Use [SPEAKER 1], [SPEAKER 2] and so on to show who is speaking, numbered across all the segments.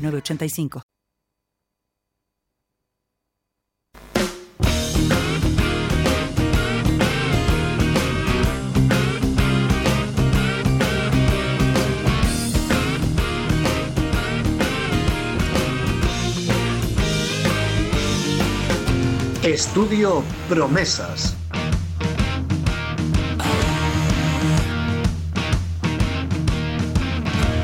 [SPEAKER 1] 985.
[SPEAKER 2] Estudio Promesas.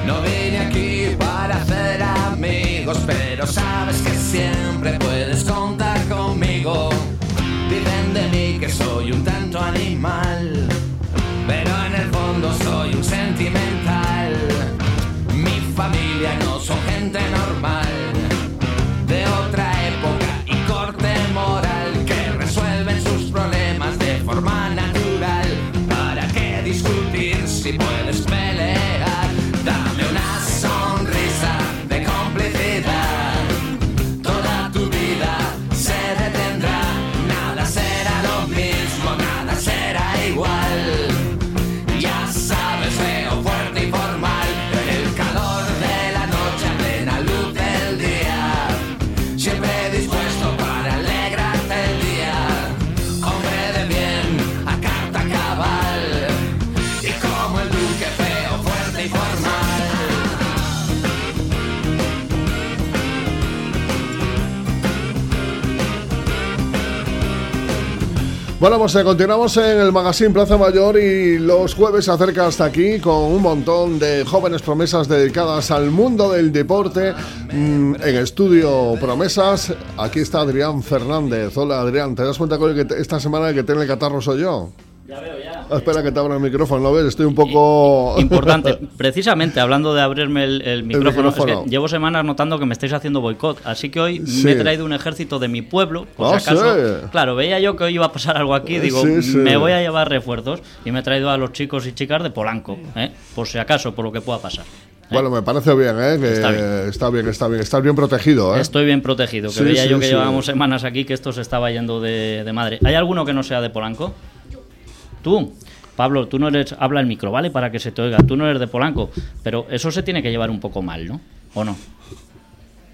[SPEAKER 3] No vine aquí para hacer amigos, pero sabes que siempre puedes contar conmigo. Dicen de mí que soy un tanto animal, pero en el fondo soy un sentimental. Mi familia no son gente normal, de otra época y corte moral, que resuelven sus problemas de forma natural. ¿Para qué discutir si puedes pelear? Dame una sonrisa de complicidad. Toda tu vida se detendrá, nada será lo mismo, nada será igual. Ya sabes, feo, fuerte y formal, en el calor de la noche, a plena luz del día. Siempre dispuesto para alegrarte el día, hombre de bien, a carta cabal. Y como el duque feo, fuerte y formal.
[SPEAKER 4] Bueno, pues eh, continuamos en el Magazine Plaza Mayor y los jueves se acerca hasta aquí con un montón de jóvenes promesas dedicadas al mundo del deporte. Mm, en estudio promesas, aquí está Adrián Fernández. Hola Adrián, ¿te das cuenta coño, que te- esta semana el que tiene el catarro soy yo? Ya veo, ya. Espera que te abra el micrófono, ¿lo ves? Estoy un poco...
[SPEAKER 5] Importante, precisamente hablando de abrirme el, el micrófono, es que
[SPEAKER 4] micrófono.
[SPEAKER 5] llevo semanas notando que me estáis haciendo boicot, así que hoy
[SPEAKER 4] Sí.
[SPEAKER 5] me he traído un ejército de mi pueblo, por
[SPEAKER 4] Ah,
[SPEAKER 5] si acaso.
[SPEAKER 4] sí.
[SPEAKER 5] Claro, veía yo que hoy iba a pasar algo aquí,
[SPEAKER 4] Eh,
[SPEAKER 5] digo,
[SPEAKER 4] sí, sí.
[SPEAKER 5] me voy a llevar refuerzos y me he traído a los chicos y chicas de Polanco, ¿eh? por si acaso, por lo que pueda pasar. ¿eh?
[SPEAKER 4] Bueno, me parece bien, ¿eh? Que está
[SPEAKER 5] Está
[SPEAKER 4] bien,
[SPEAKER 5] bien.
[SPEAKER 4] está bien, está bien, estás bien protegido, ¿eh?
[SPEAKER 5] Estoy bien protegido, que
[SPEAKER 4] Sí,
[SPEAKER 5] veía
[SPEAKER 4] sí,
[SPEAKER 5] yo que
[SPEAKER 4] sí.
[SPEAKER 5] llevábamos semanas aquí que esto se estaba yendo de, de madre. ¿Hay alguno que no sea de Polanco? Tú. Pablo, tú no eres. Habla el micro, ¿vale? Para que se te oiga. Tú no eres de Polanco. Pero eso se tiene que llevar un poco mal, ¿no? ¿O no?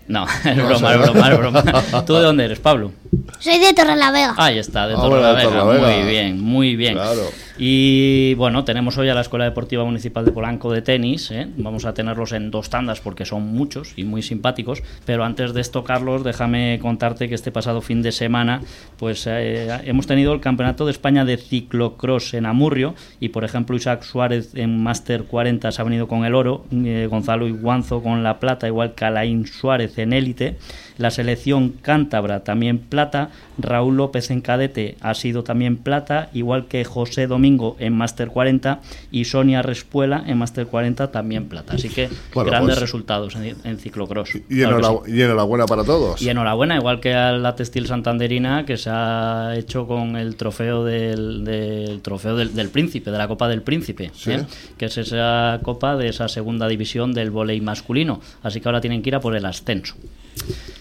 [SPEAKER 5] No, es broma, es broma, es broma. ¿Tú de dónde eres, Pablo?
[SPEAKER 6] Soy de Torrelavega.
[SPEAKER 5] Ahí está, de
[SPEAKER 4] Ah, bueno, de
[SPEAKER 5] Torrelavega.
[SPEAKER 4] Torrelavega.
[SPEAKER 5] Muy bien, muy bien.
[SPEAKER 4] Claro.
[SPEAKER 5] Y bueno, tenemos hoy a la Escuela Deportiva Municipal de Polanco de tenis. ¿eh? Vamos a tenerlos en dos tandas porque son muchos y muy simpáticos. Pero antes de esto, Carlos, déjame contarte que este pasado fin de semana pues eh, hemos tenido el Campeonato de España de Ciclocross en Amurrio. Y por ejemplo, Isaac Suárez en Master 40 se ha venido con el oro. eh, Gonzalo Iguanzo con la plata, igual que Alain Suárez en élite. La selección cántabra también plata. Raúl López en cadete ha sido también plata, igual que José Domingo en Master 40 y Sonia Respuela en Master 40 también plata. Así que
[SPEAKER 4] Bueno,
[SPEAKER 5] grandes
[SPEAKER 4] pues-
[SPEAKER 5] resultados en, en ciclocross.
[SPEAKER 4] Y,
[SPEAKER 5] Claro que
[SPEAKER 4] enhorabu- y enhorabuena para todos.
[SPEAKER 5] sí. Y enhorabuena, igual que a la textil santanderina que se ha hecho con el trofeo del, del trofeo del, del príncipe, de la Copa del Príncipe,
[SPEAKER 4] Sí.
[SPEAKER 5] ¿eh? que es esa copa de esa segunda división del volei masculino. Así que ahora tienen que ir a por el ascenso.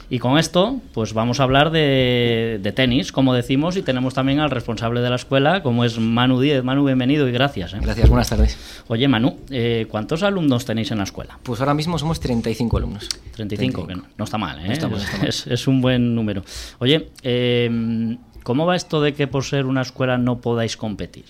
[SPEAKER 5] Y con esto, pues vamos a hablar de, de tenis, como decimos, y tenemos también al responsable de la escuela, como es Manu Díez. Manu, bienvenido y gracias. ¿eh?
[SPEAKER 7] Gracias, buenas tardes.
[SPEAKER 5] Oye, Manu, eh, ¿cuántos alumnos tenéis en la escuela?
[SPEAKER 7] Pues ahora mismo somos 35 alumnos.
[SPEAKER 5] 35, que no, no está mal, ¿eh?
[SPEAKER 7] No está mal, no está mal.
[SPEAKER 5] Es, es un buen número. Oye, eh, ¿cómo va esto de que por ser una escuela no podáis competir?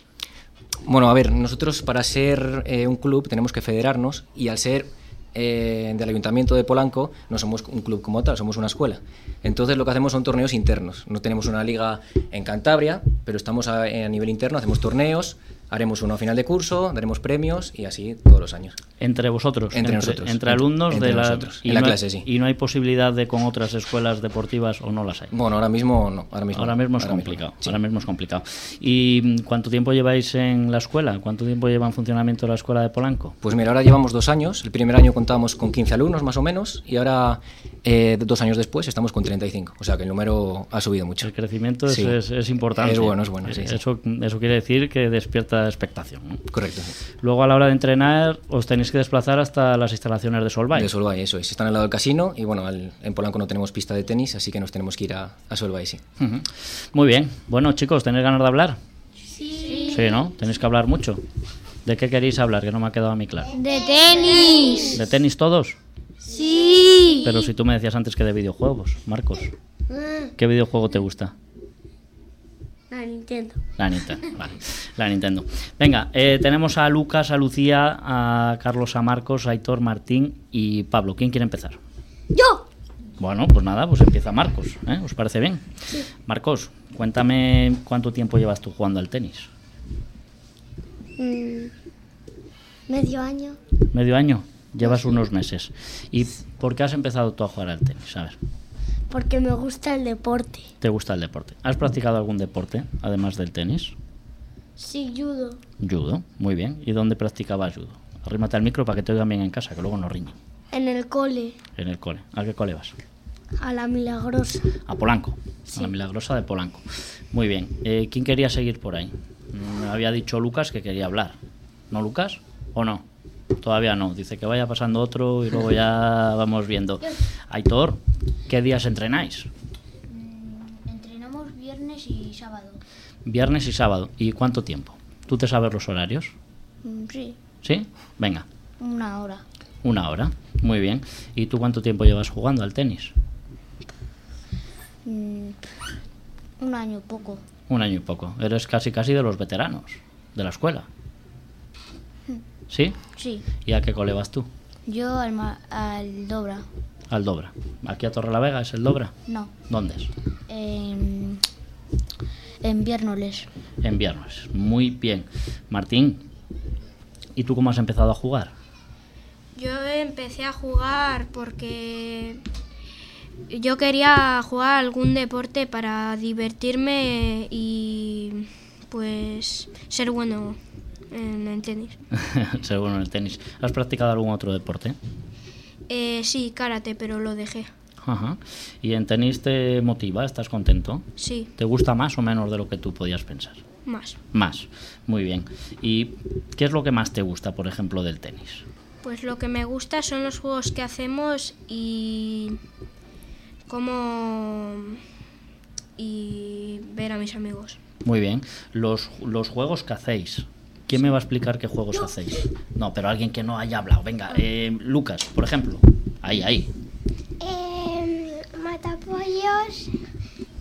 [SPEAKER 7] Bueno, a ver, nosotros para ser eh, un club tenemos que federarnos y al ser eh, del Ayuntamiento de Polanco no somos un club como tal, somos una escuela. Entonces lo que hacemos son torneos eh, internos. No tenemos una liga en Cantabria, pero estamos a, a nivel interno, hacemos torneos, haremos uno a final de curso, daremos premios y así todos los años.
[SPEAKER 5] Entre vosotros.
[SPEAKER 7] Entre nosotros.
[SPEAKER 5] Entre alumnos
[SPEAKER 7] Entre
[SPEAKER 5] de la,
[SPEAKER 7] nosotros.
[SPEAKER 5] y
[SPEAKER 7] En la
[SPEAKER 5] no hay-
[SPEAKER 7] clase, sí.
[SPEAKER 5] Y no hay posibilidad de con otras escuelas deportivas o no las hay.
[SPEAKER 7] Bueno, ahora mismo no. Ahora mismo,
[SPEAKER 5] Ahora mismo es complicado. Ahora mismo es complicado. ¿Y mm, cuánto tiempo lleváis en la escuela? ¿Cuánto tiempo lleva en funcionamiento la escuela de Polanco?
[SPEAKER 7] Pues mira, ahora llevamos dos años. El primer año contábamos con 15 alumnos más o menos y ahora, eh, dos años después, estamos con 35. O sea que el número ha subido mucho.
[SPEAKER 5] El crecimiento es,
[SPEAKER 7] Sí.
[SPEAKER 5] es- es importante. Eh,
[SPEAKER 7] Es bueno, es bueno, sí, sí.
[SPEAKER 5] eso, eso quiere decir que despierta expectación. ¿no?
[SPEAKER 7] Correcto. sí.
[SPEAKER 5] Luego, a la hora de entrenar, os tenéis que desplazar hasta las instalaciones de Solvay.
[SPEAKER 7] De Solvay, eso es. Están al lado del casino y bueno, al- en Polanco no tenemos pista de tenis, así que nos tenemos que ir a, a Solvay, sí.
[SPEAKER 5] Ujú. Muy bien. Bueno, chicos, ¿tenéis ganas de hablar? Sí. Sí, ¿no? Tenéis que hablar mucho. ¿De qué queréis hablar? Que no me ha quedado a mí claro.
[SPEAKER 6] De tenis.
[SPEAKER 5] ¿De tenis todos?
[SPEAKER 6] Sí.
[SPEAKER 5] Pero si tú me decías antes que de videojuegos, Marcos.
[SPEAKER 6] Mm,
[SPEAKER 5] ¿Qué videojuego te gusta?
[SPEAKER 6] Ah, Nintendo.
[SPEAKER 5] La Nintendo, vale. La Nintendo. Venga, eh, tenemos a Lucas, a Lucía, a Carlos, a Marcos, a Aitor, Martín y Pablo. ¿Quién quiere empezar?
[SPEAKER 6] Yo.
[SPEAKER 5] Bueno, pues nada, pues empieza Marcos. ¿eh? ¿Os parece bien? Marcos, cuéntame cuánto tiempo llevas tú jugando al tenis.
[SPEAKER 6] Mm. Medio año.
[SPEAKER 5] ¿Medio año? Llevas unos meses. ¿Y por qué has empezado tú a jugar al tenis? A ver,
[SPEAKER 6] Porque me gusta el deporte.
[SPEAKER 5] ¿te gusta el deporte? ¿Has practicado algún deporte además del tenis?
[SPEAKER 6] Sí, judo.
[SPEAKER 5] Judo, muy bien. ¿Y dónde practicabas judo? Arrímate al micro para que te oigan bien en casa, que luego no riñen.
[SPEAKER 6] En el cole.
[SPEAKER 5] En el cole. ¿A qué cole vas?
[SPEAKER 6] A la milagrosa.
[SPEAKER 5] A Polanco. A la milagrosa de Polanco. Muy bien. Eh, ¿Quién quería seguir por ahí? Mm, Me había dicho Lucas que quería hablar. ¿No, Lucas? ¿O no? Todavía no. Dice que vaya pasando otro y luego ya vamos viendo. Aitor, ¿qué días entrenáis?
[SPEAKER 8] Entrenamos viernes y sábado.
[SPEAKER 5] Viernes y sábado. ¿Y cuánto tiempo? ¿Tú te sabes los horarios?
[SPEAKER 8] Mm, Sí,
[SPEAKER 5] ¿Sí? Venga,
[SPEAKER 8] una hora.
[SPEAKER 5] una hora. Muy bien. ¿Y tú cuánto tiempo llevas jugando al tenis?
[SPEAKER 8] Mm, Un año poco.
[SPEAKER 5] Un año y poco. Eres casi casi de los veteranos de la escuela. ¿Sí?
[SPEAKER 8] Sí,
[SPEAKER 5] ¿Y a qué cole vas tú?
[SPEAKER 8] yo al, ma- al Dobra.
[SPEAKER 5] Al Dobra. Aquí a Torrelavega es el Dobra.
[SPEAKER 8] No,
[SPEAKER 5] ¿Dónde es?
[SPEAKER 9] Em,
[SPEAKER 8] en, en Viernoles.
[SPEAKER 5] En viernes. Muy bien. Martín, ¿y tú cómo has empezado a jugar?
[SPEAKER 10] Yo empecé a jugar porque yo quería jugar algún deporte para divertirme y pues ser bueno en el tenis.
[SPEAKER 5] Según el tenis. ¿Has practicado algún otro deporte?
[SPEAKER 10] Eh, sí, karate, pero lo dejé.
[SPEAKER 5] Ajá. ¿Y en tenis te motiva? ¿Estás contento?
[SPEAKER 10] Sí,
[SPEAKER 5] ¿Te gusta más o menos de lo que tú podías pensar?
[SPEAKER 10] más.
[SPEAKER 5] Más. Muy bien. ¿Y qué es lo que más te gusta, por ejemplo, del tenis?
[SPEAKER 10] Pues lo que me gusta son los juegos que hacemos y cómo y ver a mis amigos.
[SPEAKER 5] Muy bien. Los, los juegos que hacéis. ¿Quién me va a explicar qué juegos hacéis? No, pero alguien que no haya hablado. Venga, eh, Lucas, por ejemplo. Ahí, ahí.
[SPEAKER 6] Em, matapollos,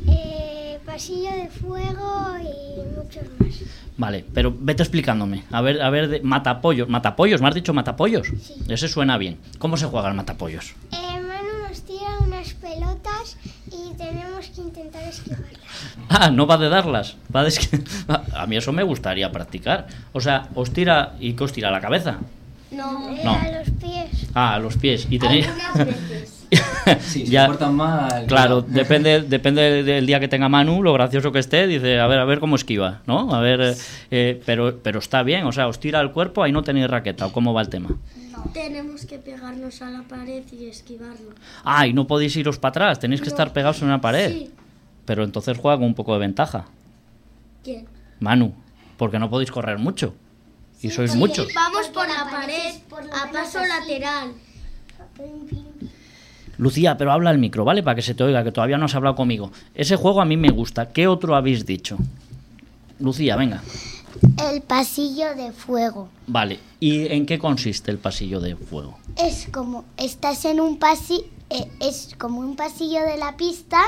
[SPEAKER 6] eh, pasillo de fuego y muchos más.
[SPEAKER 5] Vale, pero vete explicándome. A ver, a ver, de- matapollos. ¿Matapollos? ¿Me has dicho matapollos? Ese suena bien. ¿Cómo se juega el matapollos?
[SPEAKER 6] Eh, Manu nos tira unas pelotas y tenemos que intentar esquivarlas.
[SPEAKER 5] Ah, no va de darlas. Va de esqui- A mí eso me gustaría practicar. O sea, os tira y que os tira la cabeza.
[SPEAKER 6] No,
[SPEAKER 5] No.
[SPEAKER 6] a los pies.
[SPEAKER 5] Ah, los pies. Y tenéis...
[SPEAKER 6] veces.
[SPEAKER 7] Sí, si
[SPEAKER 5] Ya-
[SPEAKER 7] se portan mal.
[SPEAKER 5] Claro,
[SPEAKER 7] cuidado.
[SPEAKER 5] depende, depende del día que tenga Manu, lo gracioso que esté, dice, a ver, a ver cómo esquiva, ¿no? A ver, eh, eh, pero, pero está bien, o sea, os tira el cuerpo, ahí no tenéis raqueta, ¿o cómo va el tema?
[SPEAKER 6] Tenemos que pegarnos a la pared y esquivarlo.
[SPEAKER 5] Ah, y no podéis iros para atrás, tenéis que estar pegados en una pared.
[SPEAKER 6] Sí.
[SPEAKER 5] Pero entonces juega con un poco de ventaja,
[SPEAKER 6] ¿Quién?
[SPEAKER 5] Manu, porque no podéis correr mucho. Y sois muchos.
[SPEAKER 6] Vamos por la pared, a paso lateral.
[SPEAKER 5] Lucía, pero habla al micro, ¿vale? Para que se te oiga, que todavía no has hablado conmigo. Ese juego a mí me gusta. ¿Qué otro habéis dicho? Lucía, venga.
[SPEAKER 6] El pasillo de fuego.
[SPEAKER 5] Vale. ¿Y en qué consiste el pasillo de fuego?
[SPEAKER 6] Es como, estás en un pasillo, es como un pasillo de la pista.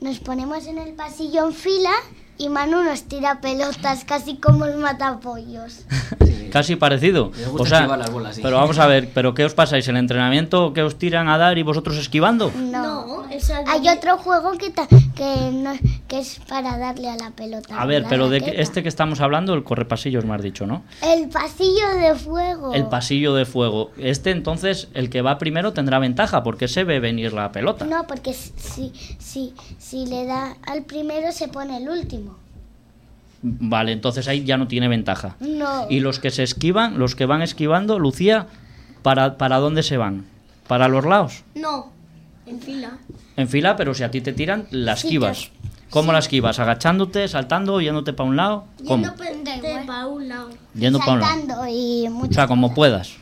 [SPEAKER 6] Nos ponemos en el pasillo en fila y Manu nos tira pelotas casi como el matapollos.
[SPEAKER 7] Sí,
[SPEAKER 5] casi parecido.
[SPEAKER 7] Les gusta
[SPEAKER 5] O sea,
[SPEAKER 7] esquivar Pues las bolas, sí.
[SPEAKER 5] pero vamos a ver, pero ¿qué os pasáis? ¿El entrenamiento que os tiran a dar y vosotros esquivando?
[SPEAKER 6] No.
[SPEAKER 11] es algo
[SPEAKER 6] Hay
[SPEAKER 11] de-
[SPEAKER 6] otro juego que, ta- que, no- que es para darle a la pelota.
[SPEAKER 5] A ver,
[SPEAKER 6] la
[SPEAKER 5] pero de que-
[SPEAKER 6] raqueta.
[SPEAKER 5] este que estamos hablando, el correpasillos me has dicho, ¿no?
[SPEAKER 6] El pasillo de fuego.
[SPEAKER 5] El pasillo de fuego. Este entonces, el que va primero tendrá ventaja porque se ve venir la pelota.
[SPEAKER 6] No, porque si, si, si le da al primero se pone el último.
[SPEAKER 5] Vale, entonces ahí ya no tiene ventaja.
[SPEAKER 6] No.
[SPEAKER 5] Y los que se esquivan, los que van esquivando, Lucía, ¿para, para dónde se van? ¿Para los lados?
[SPEAKER 11] No, en fila.
[SPEAKER 5] En fila, pero si a ti te tiran, la
[SPEAKER 11] Sí,
[SPEAKER 5] esquivas. ¿Cómo la esquivas? ¿Agachándote, saltando, yéndote para un lado? ¿Cómo?
[SPEAKER 11] pendente para un lado.
[SPEAKER 5] Yendo para un lado.
[SPEAKER 6] saltando y
[SPEAKER 5] O
[SPEAKER 6] mucho.
[SPEAKER 5] sea, como puedas.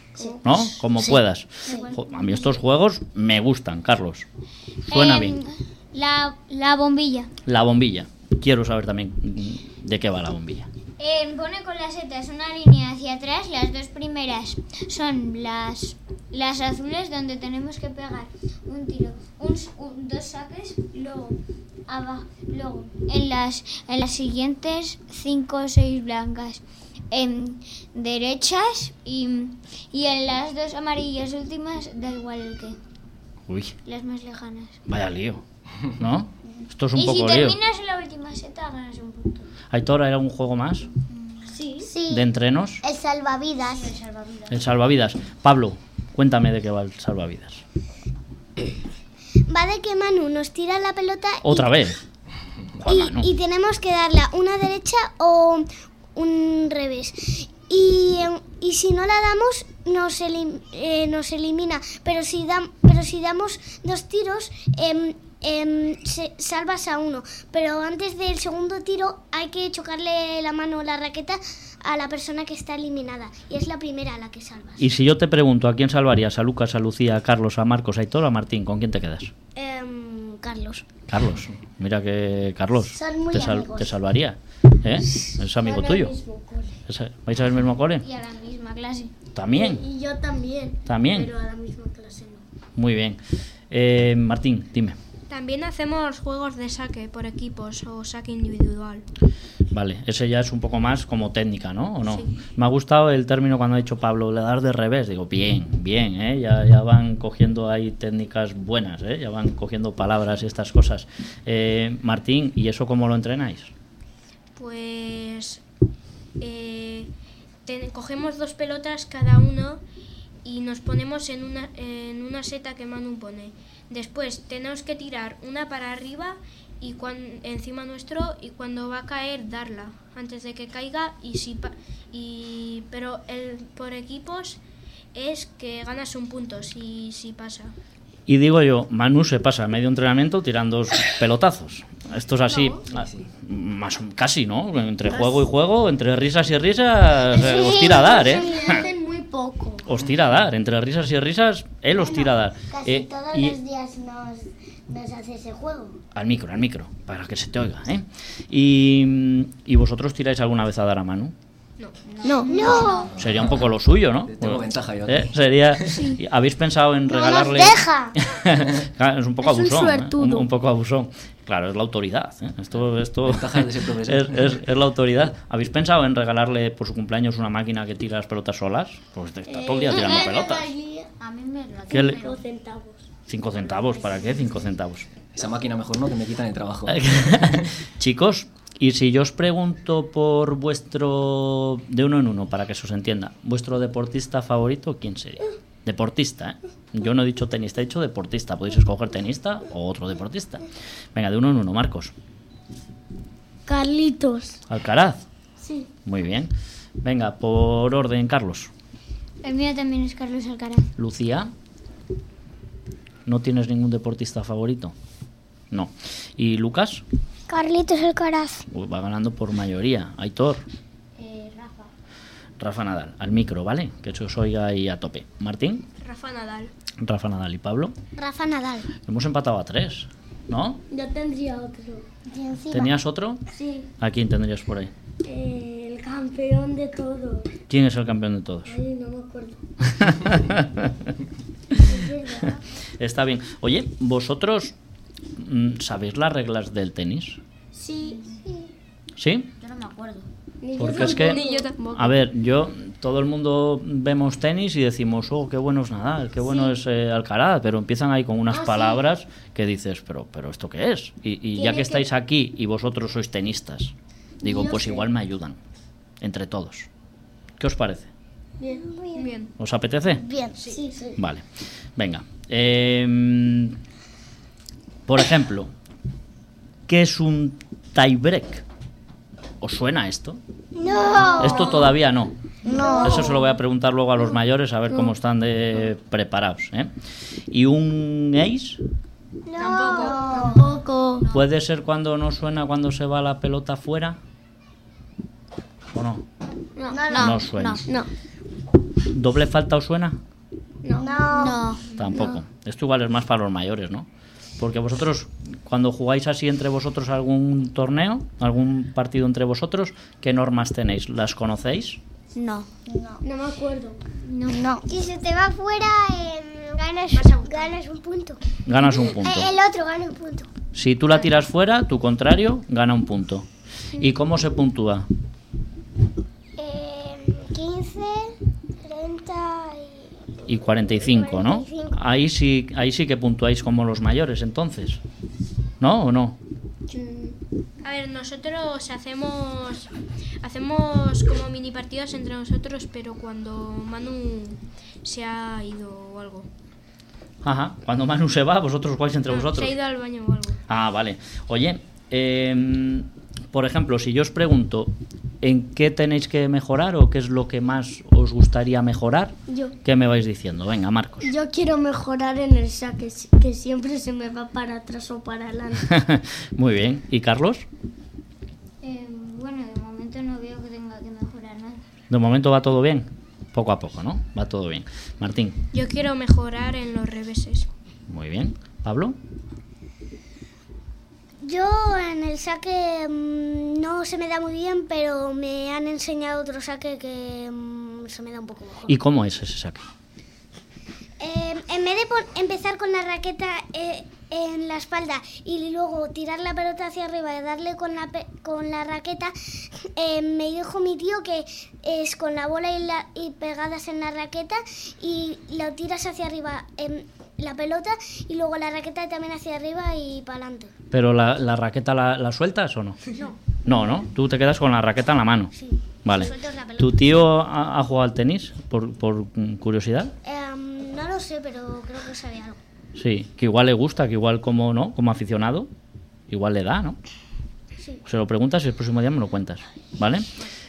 [SPEAKER 5] ¿No? Como puedas. Jo, A mí estos juegos me gustan, Carlos.
[SPEAKER 11] Em.
[SPEAKER 5] Suena bien.
[SPEAKER 11] La, la bombilla.
[SPEAKER 5] La bombilla. Quiero saber también mm, de qué va la bombilla.
[SPEAKER 11] Eh, pone con las setas una línea hacia atrás. Las dos primeras son las, las azules donde tenemos que pegar un tiro, un s- un- dos saques, luego, aba- luego en, las, en las siguientes cinco o seis blancas em, derechas y, y en las dos amarillas últimas da igual el que,
[SPEAKER 5] Uy,
[SPEAKER 11] las más lejanas.
[SPEAKER 5] vaya lío. ¿No? Esto es un
[SPEAKER 11] y si
[SPEAKER 5] poco lío.
[SPEAKER 11] terminas en la última seta ganas un punto.
[SPEAKER 5] Aitor, ¿hay algún juego más
[SPEAKER 11] Sí.
[SPEAKER 6] Sí,
[SPEAKER 5] de entrenos?
[SPEAKER 6] el salvavidas.
[SPEAKER 5] El salvavidas. Pablo, cuéntame de qué va el salvavidas.
[SPEAKER 6] Va de que Manu nos tira la pelota y-
[SPEAKER 5] Otra vez. Juan
[SPEAKER 6] y,
[SPEAKER 5] Manu.
[SPEAKER 6] y tenemos que darla una derecha o un revés. Y, eh, y si no la damos, nos, elim- eh, nos elimina. Pero si, dam- pero si damos dos tiros, em, em, se- salvas a uno. Pero antes del segundo tiro, hay que chocarle la mano o la raqueta a la persona que está eliminada. Y es la primera a la que salvas.
[SPEAKER 5] Y si yo te pregunto a quién salvarías, a Lucas, a Lucía, a Carlos, a Marcos, a Aitor o a Martín, ¿con quién te quedas?
[SPEAKER 6] Em, Carlos.
[SPEAKER 5] Carlos, mira que Carlos
[SPEAKER 6] Son muy
[SPEAKER 5] te, sal-
[SPEAKER 6] amigos.
[SPEAKER 5] te salvaría. ¿eh? Es amigo tuyo. Es- ¿Vais al mismo cole?
[SPEAKER 11] Y a la misma clase.
[SPEAKER 5] También,
[SPEAKER 11] Y yo también.
[SPEAKER 5] también.
[SPEAKER 11] a la misma clase no.
[SPEAKER 5] Muy bien. Eh, Martín, dime.
[SPEAKER 10] También hacemos juegos de saque por equipos o saque individual.
[SPEAKER 5] Vale, ese ya es un poco más como técnica, ¿no? ¿O no? Me ha gustado el término cuando ha dicho Pablo, le dar de revés. Digo, bien, bien, ¿eh? Ya, ya van cogiendo ahí técnicas buenas, ¿eh? Ya van cogiendo palabras y estas cosas. Eh, Martín, ¿y eso cómo lo entrenáis?
[SPEAKER 10] Pues eh, ten- cogemos dos pelotas cada uno y nos ponemos en una, en una seta que Manu pone. Después tenemos que tirar una para arriba y cuan- encima nuestro y cuando va a caer darla antes de que caiga y si pa- y pero el por equipos es que ganas un punto si, si pasa.
[SPEAKER 5] Y digo yo, Manu se pasa medio entrenamiento tirando dos pelotazos. Esto es así, ah, más o- casi, ¿no? Entre juego y juego, entre risas y risas, eh, os tira a dar, ¿eh?
[SPEAKER 6] muy poco.
[SPEAKER 5] Os tira a dar, entre risas y risas, él os tira a dar.
[SPEAKER 6] Casi
[SPEAKER 5] Eh,
[SPEAKER 6] todos
[SPEAKER 5] y-
[SPEAKER 6] los días nos, nos hace ese juego.
[SPEAKER 5] Al micro, al micro, para que se te oiga, ¿eh? Y, y vosotros tiráis alguna vez a dar a Manu.
[SPEAKER 6] No. No.
[SPEAKER 5] Sería un poco lo suyo, ¿no?
[SPEAKER 7] Tengo
[SPEAKER 5] Bueno,
[SPEAKER 7] ventaja yo aquí.
[SPEAKER 5] ¿eh? Sería. ¿Habéis pensado en
[SPEAKER 6] No nos
[SPEAKER 5] regalarle?
[SPEAKER 6] deja.
[SPEAKER 5] Claro, es un poco
[SPEAKER 11] Es un
[SPEAKER 5] abusón. ¿eh?
[SPEAKER 11] suertudo.
[SPEAKER 5] Un, un poco abusón. Claro, es la autoridad. ¿eh? Esto, esto
[SPEAKER 7] Ventajas de ser profesor.
[SPEAKER 5] es, es- es la autoridad. ¿Habéis pensado en regalarle por su cumpleaños una máquina que tira las pelotas solas? Pues te está todo el día tirando pelotas.
[SPEAKER 11] A mí me lo
[SPEAKER 5] ¿Qué le- ¿Cinco centavos? ¿Para qué? Cinco centavos.
[SPEAKER 7] Esa máquina mejor no, que me quitan el trabajo.
[SPEAKER 5] Chicos, y si yo os pregunto por vuestro. de uno en uno, para que se os entienda, ¿vuestro deportista favorito quién sería? Deportista, ¿eh? Yo no he dicho tenista, he dicho deportista. Podéis escoger tenista o otro deportista. Venga, de uno en uno, Marcos.
[SPEAKER 11] Carlitos.
[SPEAKER 5] Alcaraz.
[SPEAKER 11] Sí.
[SPEAKER 5] Muy bien. Venga, por orden, Carlos.
[SPEAKER 11] El mío también es Carlos Alcaraz.
[SPEAKER 5] Lucía, ¿no tienes ningún deportista favorito? No. ¿Y Lucas?
[SPEAKER 6] Carlitos Alcaraz.
[SPEAKER 5] Uy, Pues Va ganando por mayoría. Aitor.
[SPEAKER 6] Eh,
[SPEAKER 11] Rafa.
[SPEAKER 5] Rafa Nadal, al micro, ¿vale? Que eso os oiga ahí a tope. Martín,
[SPEAKER 10] Rafa Nadal.
[SPEAKER 5] Rafa Nadal y Pablo.
[SPEAKER 6] Rafa Nadal.
[SPEAKER 5] Hemos empatado a tres, ¿no?
[SPEAKER 11] Yo tendría otro.
[SPEAKER 6] Y encima-
[SPEAKER 5] ¿Tenías otro?
[SPEAKER 11] Sí.
[SPEAKER 5] ¿A quién tendrías por ahí?
[SPEAKER 11] el campeón de todo.
[SPEAKER 5] ¿Quién es el campeón de todos?
[SPEAKER 11] no me acuerdo.
[SPEAKER 5] Está bien. Oye, ¿vosotros mm, sabéis las reglas del tenis?
[SPEAKER 11] Sí.
[SPEAKER 5] ¿Sí?
[SPEAKER 11] Yo no me acuerdo.
[SPEAKER 12] Ni
[SPEAKER 5] Porque es que,
[SPEAKER 12] Ni yo tampoco.
[SPEAKER 5] a ver, yo, todo el mundo vemos tenis y decimos, oh, qué bueno es Nadal, qué bueno es eh, Alcaraz, pero empiezan ahí con unas
[SPEAKER 12] Ah, sí.
[SPEAKER 5] palabras que dices, pero, pero ¿esto qué es? Y, y ya
[SPEAKER 12] Tiene
[SPEAKER 5] que
[SPEAKER 12] que-
[SPEAKER 5] estáis aquí y vosotros sois tenistas, digo,
[SPEAKER 12] Yo
[SPEAKER 5] pues
[SPEAKER 12] sé.
[SPEAKER 5] igual me ayudan, entre todos. ¿Qué os parece?
[SPEAKER 10] Bien. Bien.
[SPEAKER 5] ¿Os apetece?
[SPEAKER 6] Bien, sí. sí.
[SPEAKER 5] Vale, venga. Em, por ejemplo, ¿qué es un tiebreak? ¿Os suena esto?
[SPEAKER 6] No.
[SPEAKER 5] Esto todavía no.
[SPEAKER 6] No.
[SPEAKER 5] Eso se lo voy a preguntar luego a los mayores a ver cómo están de preparados. ¿eh? ¿Y un ace?
[SPEAKER 6] Tampoco.
[SPEAKER 5] ¿Puede ser cuando no suena, cuando se va la pelota fuera? ¿O no?
[SPEAKER 6] No,
[SPEAKER 5] No suena.
[SPEAKER 6] No.
[SPEAKER 5] ¿Doble falta os suena?
[SPEAKER 6] No. No.
[SPEAKER 5] Tampoco. Esto igual es más para los mayores, ¿no? Porque vosotros, cuando jugáis así entre vosotros algún torneo, algún partido entre vosotros, ¿qué normas tenéis? ¿Las conocéis?
[SPEAKER 6] No. No. me acuerdo. No.
[SPEAKER 11] Si se te va fuera, eh,
[SPEAKER 6] em,
[SPEAKER 11] ganas, ganas un punto.
[SPEAKER 5] Ganas un punto.
[SPEAKER 11] Eh, el otro gana un punto.
[SPEAKER 5] Si tú la tiras fuera, tu contrario gana un punto. ¿Y cómo se puntúa?
[SPEAKER 10] Eh,
[SPEAKER 11] 15, 30
[SPEAKER 5] Y 45, ¿no?
[SPEAKER 11] 45.
[SPEAKER 5] Ahí sí, ahí sí que puntuáis como los mayores, entonces. ¿No o no?
[SPEAKER 10] A ver, nosotros hacemos hacemos como mini partidos entre nosotros, pero cuando Manu se ha ido o algo.
[SPEAKER 5] Ajá. Cuando Manu se va, vosotros jugáis entre
[SPEAKER 10] No,
[SPEAKER 5] vosotros.
[SPEAKER 10] Se ha ido al baño o algo.
[SPEAKER 5] Ah, vale. Oye, em, por ejemplo, si yo os pregunto en qué tenéis que mejorar o qué es lo que más os gustaría mejorar,
[SPEAKER 12] Yo.
[SPEAKER 5] ¿qué me vais diciendo? Venga, Marcos.
[SPEAKER 12] Yo quiero mejorar en el saque, si- que siempre se me va para atrás o para adelante.
[SPEAKER 5] Muy bien. ¿Y Carlos?
[SPEAKER 11] Eh, bueno, de momento no veo que tenga que mejorar nada.
[SPEAKER 5] De momento va todo bien. Poco a poco, ¿no? Va todo bien. Martín,
[SPEAKER 10] Yo quiero mejorar en los reveses.
[SPEAKER 5] muy bien. Pablo,
[SPEAKER 6] Yo en el saque mm, no se me da muy bien, pero me han enseñado otro saque que mm, se me da un poco mejor.
[SPEAKER 5] ¿y cómo es ese saque?
[SPEAKER 6] Eh, en vez de pon- empezar con la raqueta eh, en la espalda y luego tirar la pelota hacia arriba y darle con la, pe- con la raqueta, eh, me dijo mi tío que es con la bola y, la- y pegadas en la raqueta y lo tiras hacia arriba em, la pelota y luego la raqueta también hacia arriba y para adelante.
[SPEAKER 5] ¿Pero la, la raqueta la, la sueltas o no? No, ¿no? Tú te quedas con la raqueta en la mano. Vale.
[SPEAKER 6] Sueltas la pelota.
[SPEAKER 5] ¿Tu tío ha, ha jugado al tenis, por, por mm, curiosidad?
[SPEAKER 6] Em, no lo sé, pero creo que sabe algo.
[SPEAKER 5] Sí, que igual le gusta, que igual como no, como aficionado, igual le da, ¿no?
[SPEAKER 6] Sí.
[SPEAKER 5] Se lo preguntas y el próximo día me lo cuentas, ¿vale?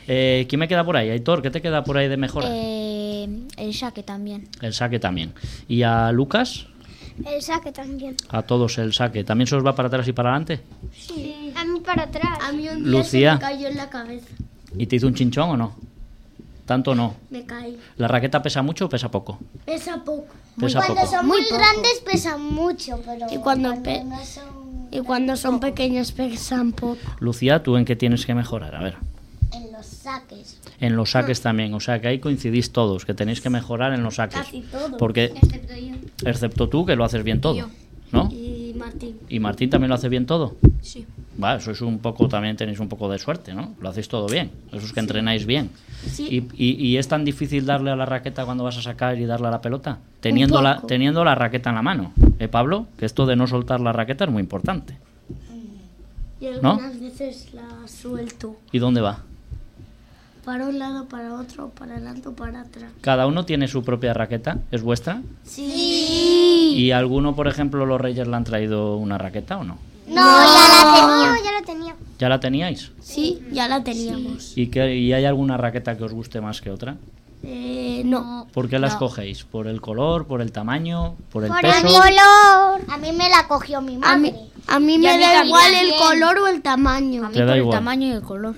[SPEAKER 5] Eh, ¿Quién me queda por ahí? Aitor, ¿qué te queda por ahí de mejora?
[SPEAKER 8] Eh, el saque también.
[SPEAKER 5] El saque también. ¿Y a Lucas?
[SPEAKER 11] El saque también.
[SPEAKER 5] A todos el saque. ¿También se os va para atrás y para adelante?
[SPEAKER 11] Sí. A mí para atrás.
[SPEAKER 12] A mí un día
[SPEAKER 5] Lucía.
[SPEAKER 12] se me cayó en la cabeza.
[SPEAKER 5] ¿Y te hizo un chinchón o no? Tanto no.
[SPEAKER 12] Me caí.
[SPEAKER 5] ¿La raqueta pesa mucho o pesa poco?
[SPEAKER 12] Pesa poco.
[SPEAKER 5] Pesa
[SPEAKER 11] Cuando
[SPEAKER 5] poco.
[SPEAKER 11] son
[SPEAKER 12] Muy
[SPEAKER 11] muy,
[SPEAKER 12] poco.
[SPEAKER 11] grandes pesan mucho, pero
[SPEAKER 12] Y cuando pe-
[SPEAKER 11] no son
[SPEAKER 12] Y cuando son pequeños pesan poco.
[SPEAKER 5] Lucía, ¿tú en qué tienes que mejorar? A ver.
[SPEAKER 11] en los saques.
[SPEAKER 5] En los saques también. O sea, que ahí coincidís todos, que tenéis que mejorar en los saques.
[SPEAKER 12] Casi todos.
[SPEAKER 5] Porque,
[SPEAKER 11] Excepto yo.
[SPEAKER 5] excepto tú, que lo haces bien todo,
[SPEAKER 10] yo.
[SPEAKER 5] ¿no?
[SPEAKER 12] Y Martín.
[SPEAKER 5] ¿Y Martín también lo hace bien todo?
[SPEAKER 10] Sí.
[SPEAKER 5] Vale, sois un poco, también tenéis un poco de suerte, ¿no? Lo hacéis todo bien. Eso es que entrenáis bien.
[SPEAKER 12] Sí.
[SPEAKER 5] ¿Y, y- y es tan difícil darle a la raqueta cuando vas a sacar y darle a la pelota? Teniendo la, teniendo la raqueta en la mano. ¿Eh, Pablo? Que esto de no soltar la raqueta es muy importante.
[SPEAKER 12] Y
[SPEAKER 5] ¿No?
[SPEAKER 12] algunas veces la suelto.
[SPEAKER 5] ¿Y dónde va?
[SPEAKER 12] Para un lado, para otro, para adelante o para atrás.
[SPEAKER 5] Cada uno tiene su propia raqueta, es vuestra.
[SPEAKER 12] Sí.
[SPEAKER 5] ¿Y alguno, por ejemplo, los Reyes le han traído una raqueta o no?
[SPEAKER 11] No, ya la tenía. ya la tenía.
[SPEAKER 5] ¿Ya la teníais?
[SPEAKER 12] Sí, ya la teníamos.
[SPEAKER 5] ¿Y, qué- y hay alguna raqueta que os guste más que otra?
[SPEAKER 12] Eh, no.
[SPEAKER 5] ¿Por qué las
[SPEAKER 8] No.
[SPEAKER 5] cogéis? ¿Por el color, por el tamaño, por el
[SPEAKER 11] Por el
[SPEAKER 5] peso?
[SPEAKER 11] color. A mí me la cogió mi madre.
[SPEAKER 12] A mí, a mí me
[SPEAKER 8] a mí
[SPEAKER 12] da
[SPEAKER 8] también.
[SPEAKER 12] igual el color o el tamaño.
[SPEAKER 8] A mí
[SPEAKER 5] Te da
[SPEAKER 8] por el
[SPEAKER 5] igual.
[SPEAKER 8] tamaño y el color.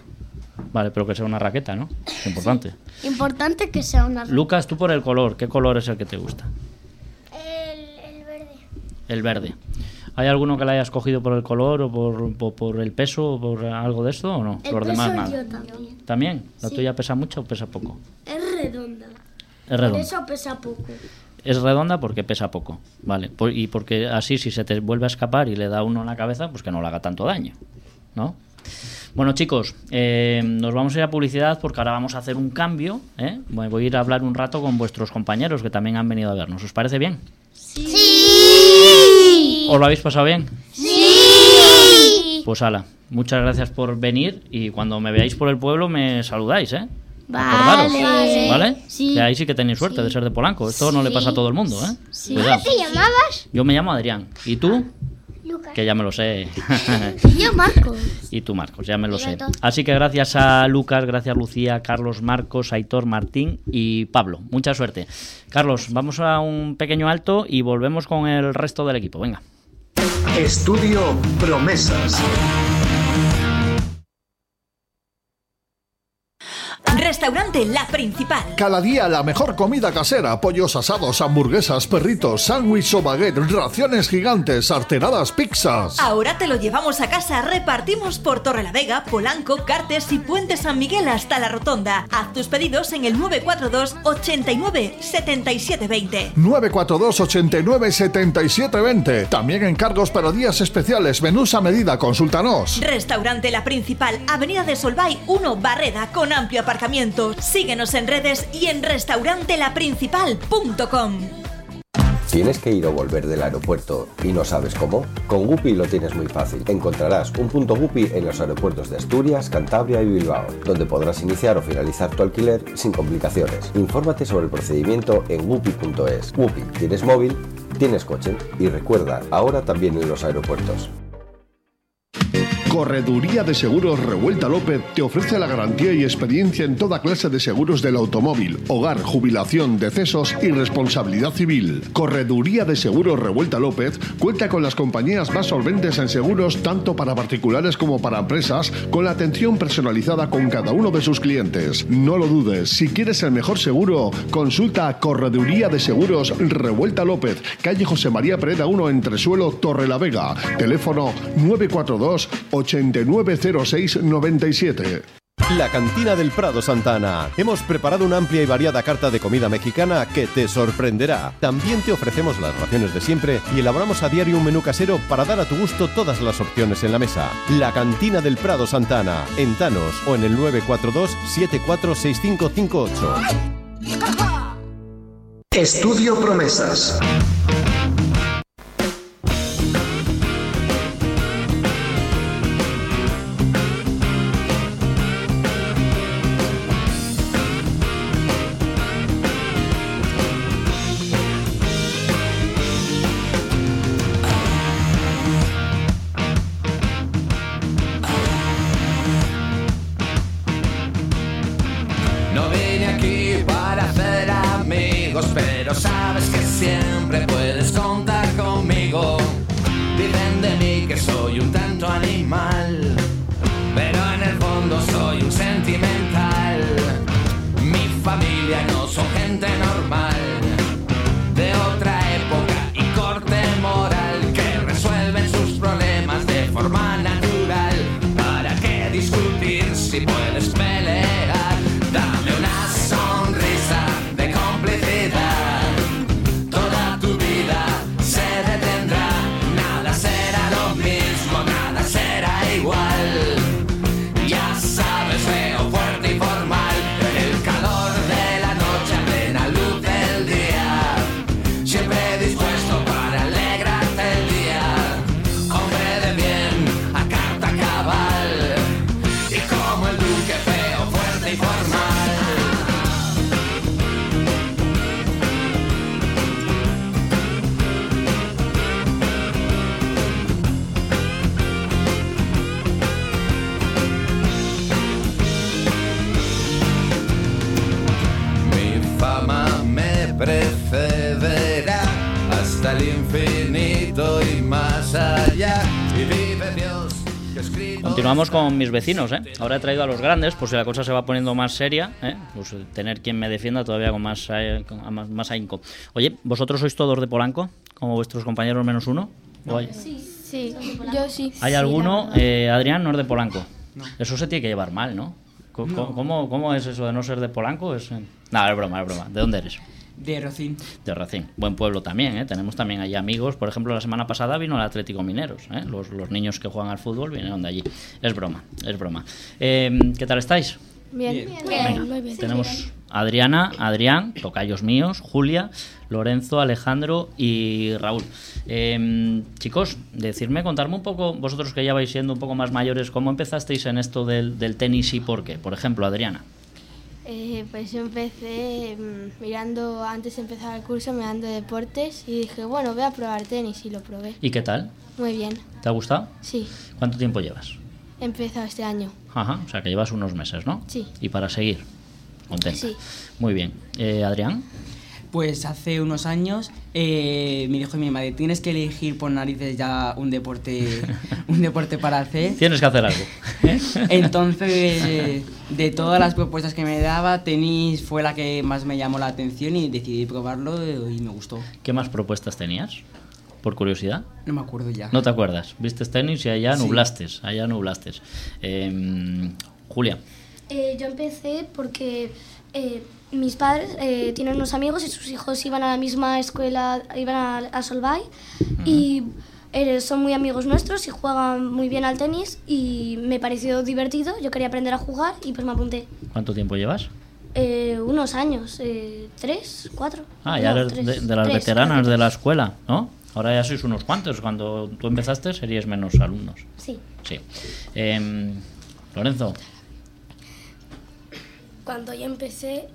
[SPEAKER 5] Vale, pero que sea una raqueta, ¿no? Es importante.
[SPEAKER 12] Importante que sea una
[SPEAKER 5] Lucas, tú por el color, ¿qué color es el que te gusta?
[SPEAKER 11] El, el verde.
[SPEAKER 5] El verde. ¿Hay alguno que la hayas cogido por el color o por, por- por el peso o por algo de esto o no?
[SPEAKER 12] El
[SPEAKER 5] Los
[SPEAKER 12] peso
[SPEAKER 5] demás
[SPEAKER 12] yo
[SPEAKER 5] nada.
[SPEAKER 12] también.
[SPEAKER 5] ¿También? ¿La
[SPEAKER 12] Sí.
[SPEAKER 5] tuya pesa mucho o pesa poco?
[SPEAKER 12] Es redonda.
[SPEAKER 5] Es
[SPEAKER 12] Por
[SPEAKER 5] redonda.
[SPEAKER 12] eso pesa poco.
[SPEAKER 5] Es redonda porque pesa poco, ¿vale? Por- y porque así si se te vuelve a escapar y le da uno en la cabeza, pues que no le haga tanto daño, ¿no? Bueno, chicos, eh, nos vamos a ir a publicidad porque ahora vamos a hacer un cambio. ¿eh? Bueno, Voy a ir a hablar un rato con vuestros compañeros que también han venido a vernos. ¿Os parece bien?
[SPEAKER 11] Sí.
[SPEAKER 5] ¿Os lo habéis pasado bien?
[SPEAKER 11] Sí.
[SPEAKER 5] Pues ala, muchas gracias por venir y cuando me veáis por el pueblo me saludáis, ¿eh? Acordaros,
[SPEAKER 11] Vale.
[SPEAKER 5] ¿Vale?
[SPEAKER 11] Sí.
[SPEAKER 5] Que ahí sí que tenéis suerte de ser de Polanco. Esto no le pasa a todo el mundo, ¿eh? Cuidado.
[SPEAKER 11] ¿Cómo te llamabas?
[SPEAKER 5] Yo me llamo Adrián. ¿Y tú?
[SPEAKER 11] Lucas.
[SPEAKER 5] Que ya me lo sé.
[SPEAKER 11] Yo Marco.
[SPEAKER 5] Y tú, Marcos, ya me lo sé.
[SPEAKER 11] Roberto.
[SPEAKER 5] Así que gracias a Lucas, gracias Lucía, Carlos, Marcos, Aitor, Martín y Pablo. Mucha suerte. Carlos, vamos a un pequeño alto y volvemos con el resto del equipo. Venga.
[SPEAKER 2] Estudio Promesas.
[SPEAKER 13] Restaurante La Principal.
[SPEAKER 4] Cada día la mejor comida casera, pollos asados, hamburguesas, perritos, sándwich o baguette, raciones gigantes, arteradas, pizzas.
[SPEAKER 13] Ahora te lo llevamos a casa, repartimos por Torrelavega, Polanco, Cartes y Puente San Miguel hasta la Rotonda. Haz tus pedidos en el 942 89 7720.
[SPEAKER 4] 942 89 77 20. También encargos para días especiales, menús a medida, consultanos.
[SPEAKER 13] Restaurante La Principal, Avenida de Solvay 1, Barreda, con amplio aparcamiento. Síguenos en redes y en restaurantelaprincipal.com.
[SPEAKER 14] ¿Tienes que ir o volver del aeropuerto y no sabes cómo? Con Guppy lo tienes muy fácil. Encontrarás un punto Guppy en los aeropuertos de Asturias, Cantabria y Bilbao, donde podrás iniciar o finalizar tu alquiler sin complicaciones. Infórmate sobre el procedimiento en guppy.es. Guppy, ¿tienes móvil? ¿Tienes coche? Y recuerda, ahora también en los aeropuertos.
[SPEAKER 4] Correduría de Seguros Revuelta López te ofrece la garantía y experiencia en toda clase de seguros del automóvil, hogar, jubilación, decesos y responsabilidad civil. Correduría de Seguros Revuelta López cuenta con las compañías más solventes en seguros tanto para particulares como para empresas, con la atención personalizada con cada uno de sus clientes. No lo dudes, si quieres el mejor seguro, consulta a Correduría de Seguros Revuelta López, calle José María Pereda 1 entre suelo Torre la Vega, teléfono 942 8906 97.
[SPEAKER 15] La Cantina del Prado Santana. Hemos preparado una amplia y variada carta de comida mexicana que te sorprenderá. También te ofrecemos las raciones de siempre y elaboramos a diario un menú casero para dar a tu gusto todas las opciones en la mesa. La Cantina del Prado Santana, en Thanos o en el 942 746558.
[SPEAKER 2] Estudio Promesas.
[SPEAKER 3] No vine aquí para hacer amigos, pero sabes que siempre puedes contar conmigo. Dicen de mí que soy un tanto animal, pero en el fondo soy un sentimental. Mi familia no son gente normal, de otra época y corte moral, que resuelven sus problemas de forma natural. ¿Para qué discutir si puedes pelear? Dame una sonrisa de complicidad. Toda tu vida se detendrá. Nada será lo mismo, nada será igual. Ya sabes, veo fuerte y formal. En el calor de la noche, a plena luz del día. Siempre dispuesto para alegrarte el día. Hombre de bien, a carta cabal. Y como el duque feo, fuerte y formal. Mi fama me precederá hasta el infinito y más allá. Y vive Dios que escrito.
[SPEAKER 5] Continuamos con mis vecinos, ¿eh? Ahora he traído a los grandes, por si la cosa se va poniendo más seria, ¿eh? Pues eh, tener quien me defienda todavía con más, eh, con- a más, más ahínco. Oye, ¿vosotros sois todos de Polanco? Como vuestros compañeros menos uno. ¿O hay,
[SPEAKER 12] Sí, sí. Yo sí.
[SPEAKER 5] hay alguno? eh, Adrián no es de Polanco. Eso se tiene que llevar Pues, mal, ¿no? Co- co- ¿Cómo, cómo es eso de no ser de Polanco? Es, eh, No, es broma, es broma. ¿De dónde eres?
[SPEAKER 16] De Rocín.
[SPEAKER 5] de Racín. Buen pueblo también, ¿eh? tenemos también allí amigos. Por ejemplo, la semana pasada vino el Atlético Mineros. ¿eh? Los, los niños que juegan al fútbol vinieron de allí. Es broma, es broma. Eh, ¿Qué tal estáis?
[SPEAKER 17] Bien. Bien.
[SPEAKER 5] Venga,
[SPEAKER 17] Muy bien.
[SPEAKER 5] Tenemos a Adriana, Adrián, tocayos míos, Julia, Lorenzo, Alejandro y Raúl. Eh, chicos, decirme, contarme un poco, vosotros que ya vais siendo un poco más mayores, ¿cómo empezasteis en esto del, del tenis y por qué? Por ejemplo, Adriana.
[SPEAKER 17] Eh, pues yo empecé mm, mirando, antes de empezar el curso, mirando deportes y dije, bueno, voy a probar tenis y lo probé.
[SPEAKER 5] ¿Y qué tal?
[SPEAKER 17] Muy bien,
[SPEAKER 5] ¿Te ha gustado?
[SPEAKER 17] sí,
[SPEAKER 5] ¿Cuánto tiempo llevas?
[SPEAKER 17] he empezado este año.
[SPEAKER 5] Ajá, o sea que llevas unos meses, ¿no?
[SPEAKER 17] Sí.
[SPEAKER 5] Y para seguir. Contenta.
[SPEAKER 17] Sí.
[SPEAKER 5] Muy bien. Eh, Adrián,
[SPEAKER 16] Pues hace unos años eh, me dijo mi madre, tienes que elegir por narices ya un deporte, un deporte para hacer.
[SPEAKER 5] tienes que hacer algo.
[SPEAKER 16] Entonces, eh, de todas las propuestas que me daba, tenis fue la que más me llamó la atención y decidí probarlo eh, y me gustó.
[SPEAKER 5] ¿Qué más propuestas tenías? Por curiosidad.
[SPEAKER 16] No me acuerdo ya.
[SPEAKER 5] No te acuerdas. Viste tenis y allá
[SPEAKER 16] Sí.
[SPEAKER 5] nublaste. Allá nublaste. Eh, Julia,
[SPEAKER 9] Eh, yo empecé porque eh, mis padres eh, tienen unos amigos y sus hijos iban a la misma escuela, iban a, a Solvay y eh, son muy amigos nuestros y juegan muy bien al tenis y me pareció divertido, yo quería aprender a jugar y pues me apunté.
[SPEAKER 5] ¿cuánto tiempo llevas?
[SPEAKER 9] Eh, unos años, eh, tres, cuatro.
[SPEAKER 5] Ah, ya
[SPEAKER 9] No,
[SPEAKER 5] eres
[SPEAKER 9] tres.
[SPEAKER 5] de, de las
[SPEAKER 9] Tres.
[SPEAKER 5] veteranas de la escuela, ¿no? Ahora ya sois unos cuantos. Cuando tú empezaste serías menos alumnos.
[SPEAKER 9] Sí.
[SPEAKER 5] Sí. Eh, Lorenzo,
[SPEAKER 18] Cuando yo empecé,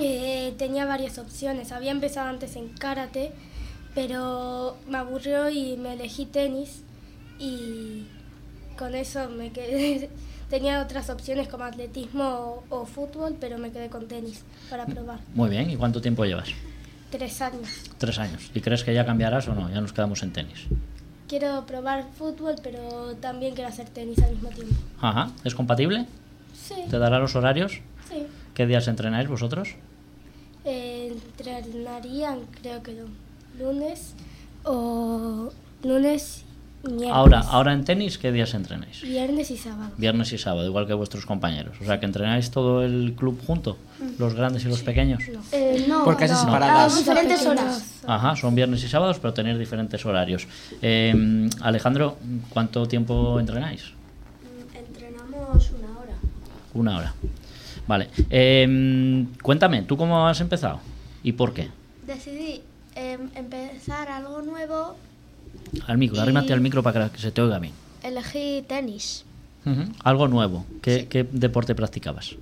[SPEAKER 18] eh, tenía varias opciones. Había empezado antes en karate, pero me aburrió y me elegí tenis. Y con eso me quedé. Tenía otras opciones como atletismo o, o fútbol, pero me quedé con tenis
[SPEAKER 5] Mm.
[SPEAKER 18] para probar.
[SPEAKER 5] muy bien. ¿Y cuánto tiempo llevas?
[SPEAKER 18] Tres años.
[SPEAKER 5] Tres años. ¿Y crees que ya cambiarás o no? Ya nos quedamos en tenis.
[SPEAKER 18] Quiero probar fútbol, pero también quiero hacer tenis al mismo tiempo.
[SPEAKER 5] Ajá. ¿Es compatible?
[SPEAKER 18] Sí.
[SPEAKER 5] ¿Te dará los horarios?
[SPEAKER 18] Sí.
[SPEAKER 5] ¿Qué días entrenáis vosotros?
[SPEAKER 18] Eh, entrenarían, creo que no, lunes o lunes, y miércoles.
[SPEAKER 5] Ahora, ahora en tenis, ¿qué días entrenáis?
[SPEAKER 18] Viernes y sábado.
[SPEAKER 5] Viernes y sábado, igual que vuestros compañeros. O sea, que entrenáis todo el club junto, los grandes y los pequeños.
[SPEAKER 9] Mm. Eh, no,
[SPEAKER 5] Por casas
[SPEAKER 9] no,
[SPEAKER 5] separadas.
[SPEAKER 9] a diferentes horas.
[SPEAKER 5] Ajá, son viernes y sábados, pero tenéis diferentes horarios. Eh, Alejandro, ¿cuánto tiempo entrenáis?
[SPEAKER 19] Entrenamos una hora.
[SPEAKER 5] Una hora. Vale. Eh, cuéntame, ¿tú cómo has empezado? ¿Y por qué?
[SPEAKER 19] Decidí em, empezar algo nuevo.
[SPEAKER 5] Al micro,
[SPEAKER 19] Y-
[SPEAKER 5] arrímate al micro para que se te oiga bien.
[SPEAKER 19] Elegí tenis.
[SPEAKER 5] Ujú. Algo nuevo. ¿Qué, qué deporte practicabas?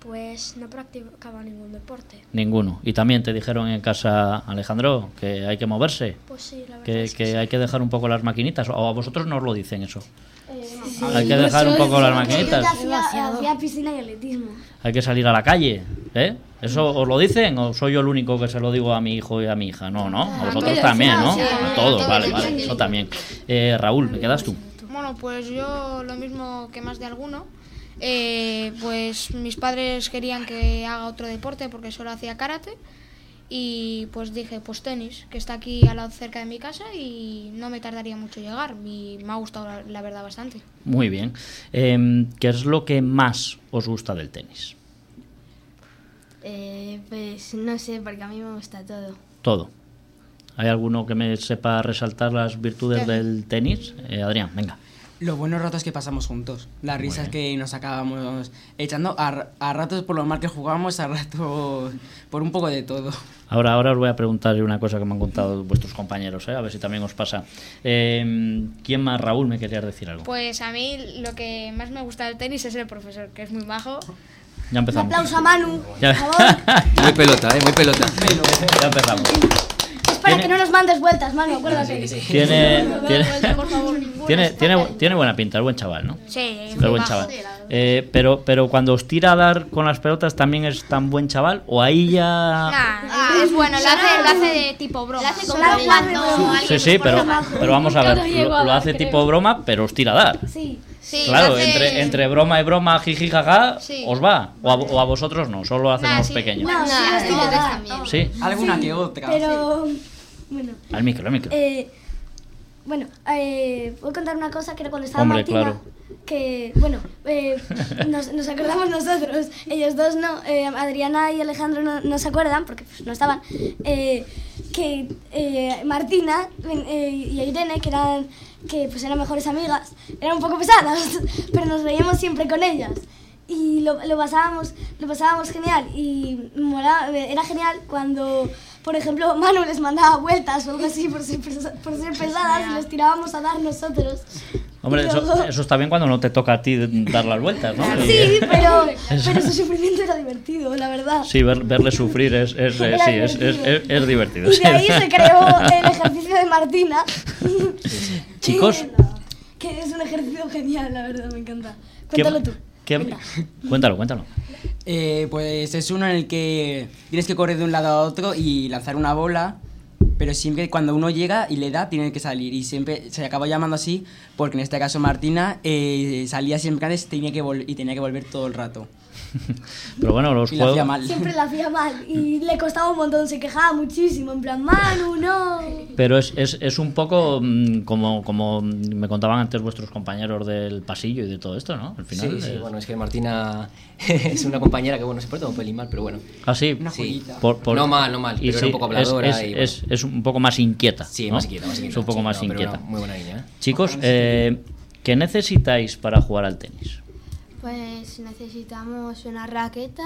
[SPEAKER 19] Pues no practicaba ningún deporte.
[SPEAKER 5] Ninguno. Y también te dijeron en casa, Alejandro, que hay que moverse.
[SPEAKER 19] Pues sí, la verdad
[SPEAKER 5] que,
[SPEAKER 19] es
[SPEAKER 5] que
[SPEAKER 19] que sí.
[SPEAKER 5] hay que dejar un poco las maquinitas. O a vosotros no os lo dicen eso.
[SPEAKER 19] Eh, Sí.
[SPEAKER 5] Hay que dejar un poco las maquinitas.
[SPEAKER 9] Hacía piscina y atletismo.
[SPEAKER 5] Hay que salir a la calle. ¿eh? ¿Eso os lo dicen o soy yo el único que se lo digo a mi hijo y a mi hija? No, no. A vosotros
[SPEAKER 20] todos,
[SPEAKER 5] también, ¿no?
[SPEAKER 20] Ah, sí,
[SPEAKER 5] A
[SPEAKER 20] a
[SPEAKER 5] todos,
[SPEAKER 20] todos,
[SPEAKER 5] vale,
[SPEAKER 20] sí,
[SPEAKER 5] vale.
[SPEAKER 20] sí.
[SPEAKER 5] Eso también. Eh, Raúl, ¿me quedas tú?
[SPEAKER 20] Bueno, pues yo lo mismo que más de alguno. Eh, pues mis padres querían que haga otro deporte porque solo hacía karate. Y pues dije, pues tenis, que está aquí al lado cerca de mi casa y no me tardaría mucho llegar. Y me ha gustado la, la verdad bastante.
[SPEAKER 5] Muy bien. Em, ¿Qué es lo que más os gusta del tenis?
[SPEAKER 12] Eh, pues no sé, porque a mí me gusta todo.
[SPEAKER 5] Todo. ¿Hay alguno que me sepa resaltar las virtudes del tenis? Eh, Adrián, venga.
[SPEAKER 16] Los buenos ratos que pasamos juntos, las risas que nos acabamos echando, a, r- a ratos por lo mal que jugamos, a ratos por un poco de todo.
[SPEAKER 5] Ahora, ahora os voy a preguntar una cosa que me han contado vuestros compañeros, ¿eh? a ver si también os pasa. Em, ¿Quién más, Raúl, me querías decir algo?
[SPEAKER 20] Pues a mí lo que más me gusta del tenis es el profesor, que es muy majo.
[SPEAKER 5] Ya empezamos.
[SPEAKER 20] a Manu. Ah,
[SPEAKER 5] Ya,
[SPEAKER 7] Muy pelota, eh, muy pelota.
[SPEAKER 5] ya empezamos.
[SPEAKER 9] Es para que no nos mandes vueltas, mano, acuérdate.
[SPEAKER 5] Tiene, tiene,
[SPEAKER 9] Por favor.
[SPEAKER 5] tiene, tiene, bu- tiene buena pinta, es buen chaval, ¿no?
[SPEAKER 20] Sí,
[SPEAKER 5] Es buen chaval. Eh, pero, pero cuando os tira a dar con las pelotas, ¿también es tan buen chaval? ¿O ahí ya...?
[SPEAKER 20] Ah, es bueno, lo hace, lo hace de tipo broma. Solo cuando alguien
[SPEAKER 5] Sí,
[SPEAKER 20] nos
[SPEAKER 5] sí,
[SPEAKER 20] pone
[SPEAKER 5] pero,
[SPEAKER 20] mal.
[SPEAKER 5] pero vamos a
[SPEAKER 20] Nunca
[SPEAKER 5] ver,
[SPEAKER 20] lo llego a
[SPEAKER 5] lo, lo
[SPEAKER 20] dar,
[SPEAKER 5] hace
[SPEAKER 20] creo.
[SPEAKER 5] tipo broma, pero os tira a dar.
[SPEAKER 20] Sí.
[SPEAKER 5] claro,
[SPEAKER 20] lo hace-
[SPEAKER 5] entre, entre broma y broma, jiji, jaja,
[SPEAKER 20] Sí.
[SPEAKER 5] os va. O a, o a vosotros no, solo lo hacen
[SPEAKER 20] Nah,
[SPEAKER 5] los
[SPEAKER 20] sí.
[SPEAKER 5] pequeños.
[SPEAKER 20] Nah, sí, los
[SPEAKER 9] no,
[SPEAKER 20] tíos
[SPEAKER 9] no.
[SPEAKER 20] también.
[SPEAKER 5] Sí.
[SPEAKER 16] Alguna que otra.
[SPEAKER 9] Pero, bueno.
[SPEAKER 5] Al micro, al micro.
[SPEAKER 9] Eh, bueno, eh, voy a contar una cosa que era cuando estaba
[SPEAKER 5] Hombre,
[SPEAKER 9] Martina.
[SPEAKER 5] claro.
[SPEAKER 9] que, bueno, eh, nos, nos acordamos nosotros, ellos dos no, eh, Adriana y Alejandro no, no se acuerdan porque pues, no estaban, eh, que eh, Martina eh, y Irene, que eran, que, pues, eran mejores amigas, eran un poco pesadas, pero nos reíamos siempre con ellas. Y lo, lo pasábamos, lo pasábamos genial y mola- era genial cuando, por ejemplo, Manu les mandaba vueltas o algo así por ser, pesa- por ser pesadas y los tirábamos a dar nosotros.
[SPEAKER 5] Hombre, eso, eso está bien cuando no te toca a ti dar las vueltas, ¿no?
[SPEAKER 9] Sí, pero,
[SPEAKER 5] Eso.
[SPEAKER 9] pero su sufrimiento era divertido, la verdad.
[SPEAKER 5] Sí, ver- verle sufrir es, es, eh,
[SPEAKER 9] Era
[SPEAKER 5] sí, es, es,
[SPEAKER 9] divertido.
[SPEAKER 5] es- es divertido.
[SPEAKER 9] Y
[SPEAKER 5] sí.
[SPEAKER 9] de ahí se creó el ejercicio de Martina,
[SPEAKER 5] Chicos,
[SPEAKER 9] que es un ejercicio genial, la verdad, me encanta.
[SPEAKER 5] ¿qué-
[SPEAKER 9] Cuéntalo tú.
[SPEAKER 5] qué- cuéntalo, cuéntalo.
[SPEAKER 16] Eh, pues es uno en el que tienes que correr de un lado a otro y lanzar una bola, pero siempre cuando uno llega y le da, tiene que salir. Y siempre se acaba llamando así, porque en este caso Martina eh, salía siempre antes tenía que vol- y tenía que volver todo el rato.
[SPEAKER 5] Pero bueno, los
[SPEAKER 16] Y lo hacía
[SPEAKER 5] juegos.
[SPEAKER 16] mal.
[SPEAKER 9] Siempre la hacía mal y le costaba un montón, se quejaba muchísimo, en plan, Manu, no.
[SPEAKER 5] Pero es, es, es un poco mm, como, como mm, me contaban antes vuestros compañeros del pasillo y de todo esto, ¿no? Al final.
[SPEAKER 7] Sí, sí,
[SPEAKER 5] es-
[SPEAKER 7] bueno, es que Martina es una compañera que, bueno, se porta un pelín mal, pero bueno.
[SPEAKER 5] Ah, sí.
[SPEAKER 7] Una
[SPEAKER 5] Sí.
[SPEAKER 7] joyita. No mal, no mal,
[SPEAKER 5] Y
[SPEAKER 7] pero era un poco
[SPEAKER 5] es-
[SPEAKER 7] habladora
[SPEAKER 5] Es,
[SPEAKER 7] y bueno.
[SPEAKER 5] es- es un poco más inquieta.
[SPEAKER 7] Sí,
[SPEAKER 5] ¿no?
[SPEAKER 7] más inquieta, más inquieta,
[SPEAKER 5] Es un poco
[SPEAKER 7] sí,
[SPEAKER 5] más
[SPEAKER 7] no, pero
[SPEAKER 5] inquieta.
[SPEAKER 7] una muy buena niña, ¿eh?
[SPEAKER 5] Chicos, eh, ¿qué necesitáis para jugar al tenis?
[SPEAKER 17] Pues necesitamos una raqueta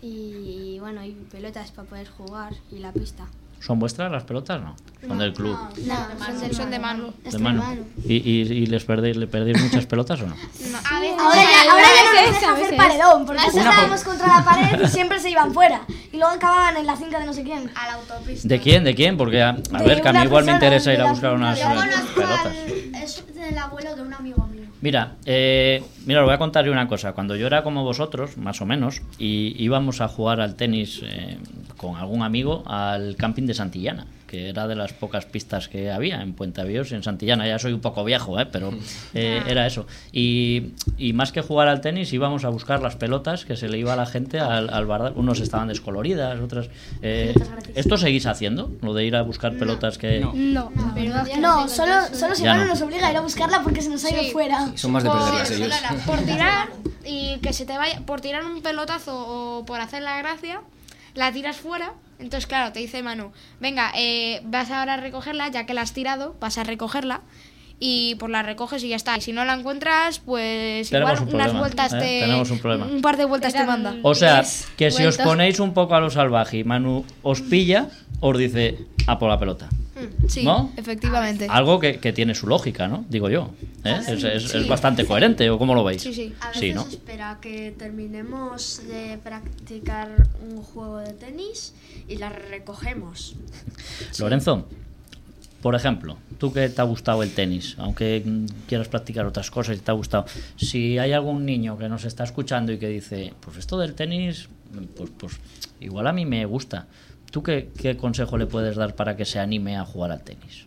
[SPEAKER 17] y bueno, y pelotas para poder jugar y la pista.
[SPEAKER 5] ¿Son vuestras las pelotas? No, son
[SPEAKER 17] No,
[SPEAKER 5] del club.
[SPEAKER 17] son de,
[SPEAKER 20] Son Este de mano.
[SPEAKER 5] De mano. ¿Y, y, y les perdéis, le perdéis muchas pelotas o no?
[SPEAKER 20] A veces.
[SPEAKER 9] Ahora ya, ahora ya no
[SPEAKER 20] A
[SPEAKER 9] nos
[SPEAKER 20] veces,
[SPEAKER 9] deja
[SPEAKER 20] a
[SPEAKER 9] hacer
[SPEAKER 20] veces.
[SPEAKER 9] paredón, porque
[SPEAKER 20] Una
[SPEAKER 9] antes
[SPEAKER 5] po-
[SPEAKER 9] estábamos contra la pared y siempre se iban fuera. Y luego acababan en la finca de no sé quién.
[SPEAKER 20] A la autopista.
[SPEAKER 5] ¿De quién? ¿De quién? Porque a, a ver, que a mí
[SPEAKER 9] una
[SPEAKER 5] igual
[SPEAKER 9] persona,
[SPEAKER 5] me interesa ir
[SPEAKER 9] de
[SPEAKER 5] a
[SPEAKER 9] la-
[SPEAKER 5] buscar unas
[SPEAKER 9] Yo
[SPEAKER 5] eh,
[SPEAKER 9] conozco
[SPEAKER 5] pelotas.
[SPEAKER 19] Es del abuelo de un amigo mío.
[SPEAKER 5] Mira, eh, mira, os voy a contar yo una cosa. Cuando yo era como vosotros, más o menos, y íbamos a jugar al tenis eh, con algún amigo al camping de Santillana, que era de las pocas pistas que había en Puente Avíos y en Santillana. Ya soy un poco viejo, eh, pero eh, era eso. Y, y más que jugar al tenis, íbamos a buscar las pelotas que se le iba a la gente al, al bardal. Unos estaban descoloridas, otras... eh, ¿Esto seguís haciendo? Lo de ir a buscar pelotas que...
[SPEAKER 9] No,
[SPEAKER 19] pero
[SPEAKER 9] no, solo, solo si
[SPEAKER 5] Ya
[SPEAKER 9] Manu
[SPEAKER 5] no.
[SPEAKER 9] nos obliga a ir a buscarla porque se nos ha ido fuera.
[SPEAKER 5] son más de
[SPEAKER 20] Por-
[SPEAKER 5] perderlas ellos.
[SPEAKER 20] Por
[SPEAKER 5] ¿Eh?
[SPEAKER 20] tirar y que se te vaya, por tirar un pelotazo o por hacer la gracia, la tiras fuera. Entonces, claro, te dice Manu, venga, eh, vas ahora a recogerla, ya que la has tirado, vas a recogerla y pues la recoges y ya está. Y si no la encuentras, pues
[SPEAKER 5] Tenemos
[SPEAKER 20] igual
[SPEAKER 5] un
[SPEAKER 20] unas
[SPEAKER 5] problema,
[SPEAKER 20] vueltas
[SPEAKER 5] ¿eh?
[SPEAKER 20] te...
[SPEAKER 5] Tenemos un problema.
[SPEAKER 20] par de vueltas te manda.
[SPEAKER 5] O sea,
[SPEAKER 19] Pues,
[SPEAKER 5] que si os
[SPEAKER 20] vueltas.
[SPEAKER 5] ponéis un poco a lo salvaje y Manu os pilla, os dice a por la pelota.
[SPEAKER 20] Sí,
[SPEAKER 5] ¿No?
[SPEAKER 20] efectivamente.
[SPEAKER 5] Algo que, que tiene su lógica, ¿no? Digo yo. ¿eh?
[SPEAKER 19] Ah, Sí,
[SPEAKER 5] es, es-
[SPEAKER 19] sí.
[SPEAKER 5] es bastante coherente, ¿o cómo lo veis?
[SPEAKER 19] A veces
[SPEAKER 5] ¿no?
[SPEAKER 19] espera que terminemos de practicar un juego de tenis y la recogemos.
[SPEAKER 5] Lorenzo, por ejemplo, tú que te ha gustado el tenis, aunque mm, quieras practicar otras cosas y te ha gustado, si hay algún niño que nos está escuchando y que dice, pues esto del tenis, mm, pues, pues igual a mí me gusta, ¿tú qué, qué consejo le puedes dar para que se anime a jugar al tenis?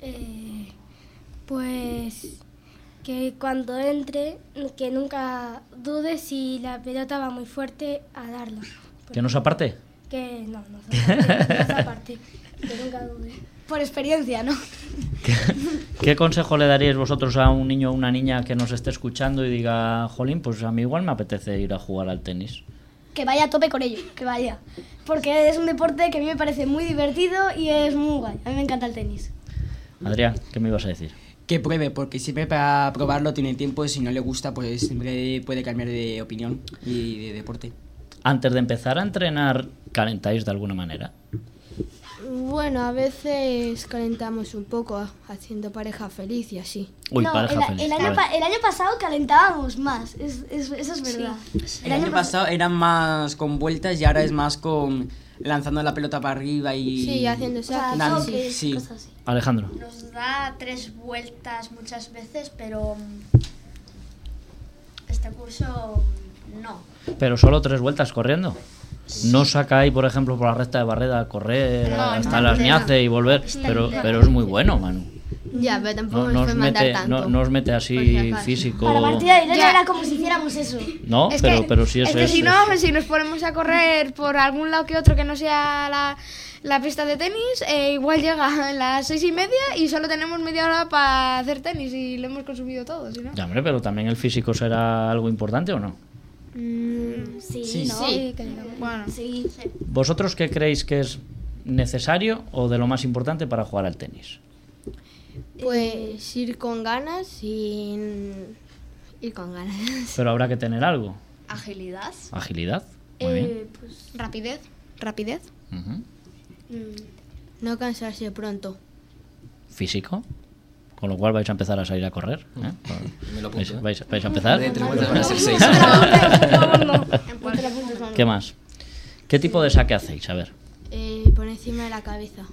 [SPEAKER 18] Eh, pues que cuando entre, que nunca dudes si la pelota va muy fuerte a darla.
[SPEAKER 5] ¿Que nos aparte?
[SPEAKER 18] Que no, no se aparte, no se aparte, que nunca dudes.
[SPEAKER 9] Por experiencia, ¿no?
[SPEAKER 5] ¿Qué consejo le daríais vosotros a un niño o una niña que nos esté escuchando y diga, jolín, pues a mí igual me apetece ir a jugar al tenis?
[SPEAKER 9] Que vaya a tope con ello, que vaya. Porque es un deporte que a mí me parece muy divertido y es muy guay. A mí me encanta el tenis.
[SPEAKER 5] Adrián, ¿qué me ibas a decir?
[SPEAKER 16] Que pruebe, porque siempre para probarlo tiene tiempo y si no le gusta, pues siempre puede cambiar de opinión y de deporte.
[SPEAKER 5] Antes de empezar a entrenar, ¿calentáis de alguna manera?
[SPEAKER 17] Bueno, a veces calentamos un poco haciendo pareja feliz y así.
[SPEAKER 5] Uy,
[SPEAKER 9] no,
[SPEAKER 5] pareja
[SPEAKER 9] el,
[SPEAKER 5] feliz,
[SPEAKER 9] el
[SPEAKER 5] a
[SPEAKER 9] año
[SPEAKER 5] ver.
[SPEAKER 9] pa- el año pasado calentábamos más. Es- es- eso es verdad.
[SPEAKER 16] El año pasado eran más con vueltas y ahora es más con lanzando la pelota para arriba y...
[SPEAKER 17] Sí, haciendo saques,
[SPEAKER 16] Dan-
[SPEAKER 17] sí.
[SPEAKER 16] sí.
[SPEAKER 19] cosas
[SPEAKER 5] Alejandro.
[SPEAKER 19] Nos da tres vueltas muchas veces, pero mm, este curso mm, no.
[SPEAKER 5] Pero solo tres vueltas corriendo. No sacáis, por ejemplo, por la recta de barrera a correr
[SPEAKER 17] No,
[SPEAKER 5] hasta
[SPEAKER 17] no,
[SPEAKER 5] las
[SPEAKER 17] no.
[SPEAKER 5] ñace y volver,
[SPEAKER 17] Está
[SPEAKER 5] pero,
[SPEAKER 17] bien.
[SPEAKER 5] pero es muy bueno, Manu.
[SPEAKER 17] Ya, pero tampoco nos
[SPEAKER 5] No, no, os,
[SPEAKER 17] puede mandar
[SPEAKER 5] mete,
[SPEAKER 17] tanto.
[SPEAKER 5] no, no os mete así físico.
[SPEAKER 9] Para la partida de Irene era como si hiciéramos eso.
[SPEAKER 5] No,
[SPEAKER 20] Es
[SPEAKER 5] pero,
[SPEAKER 20] que-
[SPEAKER 5] pero sí
[SPEAKER 20] es
[SPEAKER 5] es,
[SPEAKER 20] que
[SPEAKER 5] es-
[SPEAKER 20] si
[SPEAKER 5] es-
[SPEAKER 20] no, si nos ponemos a correr por algún lado que otro que no sea la, La pista de tenis eh, igual llega a las seis y media y solo tenemos media hora para hacer tenis y lo hemos consumido todo, ¿sí no?
[SPEAKER 5] Ya, hombre, pero también el físico será algo importante o no.
[SPEAKER 20] Mm, sí,
[SPEAKER 5] Sí.
[SPEAKER 20] ¿no?
[SPEAKER 9] Sí.
[SPEAKER 20] que no. Bueno,
[SPEAKER 5] ¿Vosotros qué creéis que es necesario o de lo más importante para jugar al tenis?
[SPEAKER 12] Pues ir con ganas y ir con ganas.
[SPEAKER 5] Pero habrá que tener algo.
[SPEAKER 12] Agilidad. Eh, pues,
[SPEAKER 5] Agilidad. Muy
[SPEAKER 20] Eh.
[SPEAKER 5] bien.
[SPEAKER 20] rapidez, rapidez.
[SPEAKER 5] Ujú.
[SPEAKER 12] mm, No cansarse pronto.
[SPEAKER 5] Físico. Con lo cual vais a empezar a salir a correr. ¿eh?
[SPEAKER 7] Me lo apunto,
[SPEAKER 5] vais,
[SPEAKER 7] ¿eh?
[SPEAKER 5] vais- vais a empezar.
[SPEAKER 7] Dentro de cuatro van a ser seis.
[SPEAKER 5] ¿Qué más? ¿Qué tipo de saque hacéis? A ver,
[SPEAKER 12] Eh, por encima de la cabeza.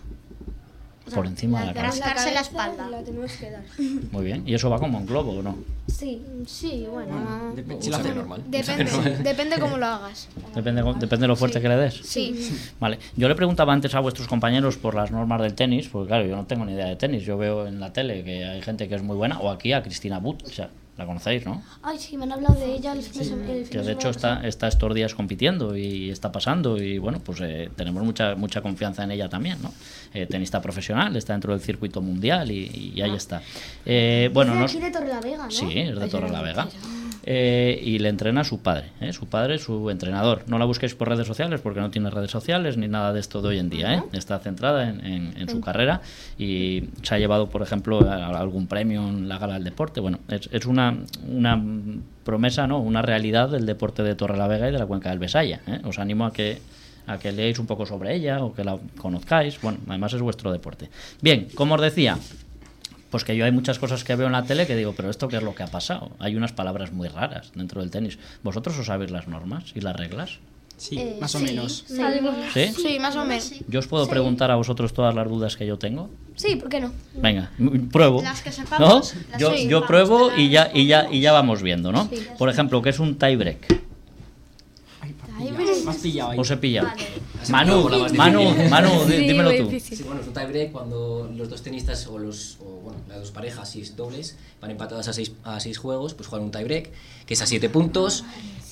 [SPEAKER 5] por encima de la cabeza.
[SPEAKER 9] Rascarse
[SPEAKER 12] la
[SPEAKER 9] espalda. La tenemos que dar.
[SPEAKER 5] Muy bien. ¿Y eso va como un globo o no?
[SPEAKER 12] Sí. Mm, Sí, bueno. ah.
[SPEAKER 5] si lo hace normal.
[SPEAKER 20] Depende, depende cómo lo hagas.
[SPEAKER 5] Depende, depende de lo fuerte que le des.
[SPEAKER 20] Sí.
[SPEAKER 5] Vale, yo le preguntaba antes a vuestros compañeros por las normas del tenis, porque claro, yo no tengo ni idea de tenis. Yo veo en la tele que hay gente que es muy buena, o aquí a Cristina But, o sea, la conocéis, ¿no?
[SPEAKER 9] Ay, sí, me han hablado de ella el fin de semana. el fin
[SPEAKER 5] Que de
[SPEAKER 9] semana
[SPEAKER 5] hecho está, está estos días compitiendo y está pasando, y bueno, pues eh, tenemos mucha mucha confianza en ella también, ¿no? Eh, tenista profesional, está dentro del circuito mundial y, y
[SPEAKER 20] Ah.
[SPEAKER 5] ahí está. Eh, bueno,
[SPEAKER 9] Es de
[SPEAKER 5] no,
[SPEAKER 9] aquí de Torrelavega, ¿no?
[SPEAKER 5] Sí, es de
[SPEAKER 9] Eso
[SPEAKER 5] Torre la
[SPEAKER 9] no
[SPEAKER 5] Vega. Eh, y le entrena su padre, ¿eh? su padre, su entrenador. No la busquéis por redes sociales porque no tiene redes sociales ni nada de esto de hoy en día. ¿eh? Está centrada en, en- en su
[SPEAKER 20] En-
[SPEAKER 5] carrera y se ha llevado, por ejemplo, a- a algún premio en la gala del deporte. Bueno, es, es una, una promesa, ¿no? una realidad del deporte de Torre la Vega y de la cuenca del Besaya. ¿eh? Os animo a que a que leáis un poco sobre ella o que la conozcáis. Bueno, además es vuestro deporte. Bien, como os decía, pues que yo hay muchas cosas que veo en la tele que digo, pero esto qué es lo que ha pasado. Hay unas palabras muy raras dentro del tenis. ¿Vosotros os sabéis las normas y las reglas?
[SPEAKER 16] Sí,
[SPEAKER 20] Eh,
[SPEAKER 16] más o menos.
[SPEAKER 5] ¿Sí?
[SPEAKER 20] Sí, más o menos.
[SPEAKER 5] Yo os puedo preguntar a vosotros todas las dudas que yo tengo.
[SPEAKER 20] Sí, ¿por qué no?
[SPEAKER 5] Venga, m- pruebo.
[SPEAKER 20] Mm. Las que sepamos,
[SPEAKER 5] ¿no?
[SPEAKER 20] las
[SPEAKER 5] yo,
[SPEAKER 20] que
[SPEAKER 5] yo
[SPEAKER 20] sepamos,
[SPEAKER 5] pruebo y ya y ya y ya vamos viendo, ¿no?
[SPEAKER 20] Sí.
[SPEAKER 5] Por ejemplo, ¿qué es un tie break?
[SPEAKER 7] Más pillado ahí.
[SPEAKER 5] Os he pillado.
[SPEAKER 7] Vale.
[SPEAKER 5] Manu,
[SPEAKER 7] La más
[SPEAKER 5] Manu,
[SPEAKER 7] difícil.
[SPEAKER 5] Manu, di- dímelo tú.
[SPEAKER 7] Sí, bueno, es un tiebreak cuando los dos tenistas o, los, o, bueno, las dos parejas, si es dobles, van empatadas a seis, a seis juegos, pues juegan un tiebreak, que es a siete
[SPEAKER 16] Ah,
[SPEAKER 7] puntos.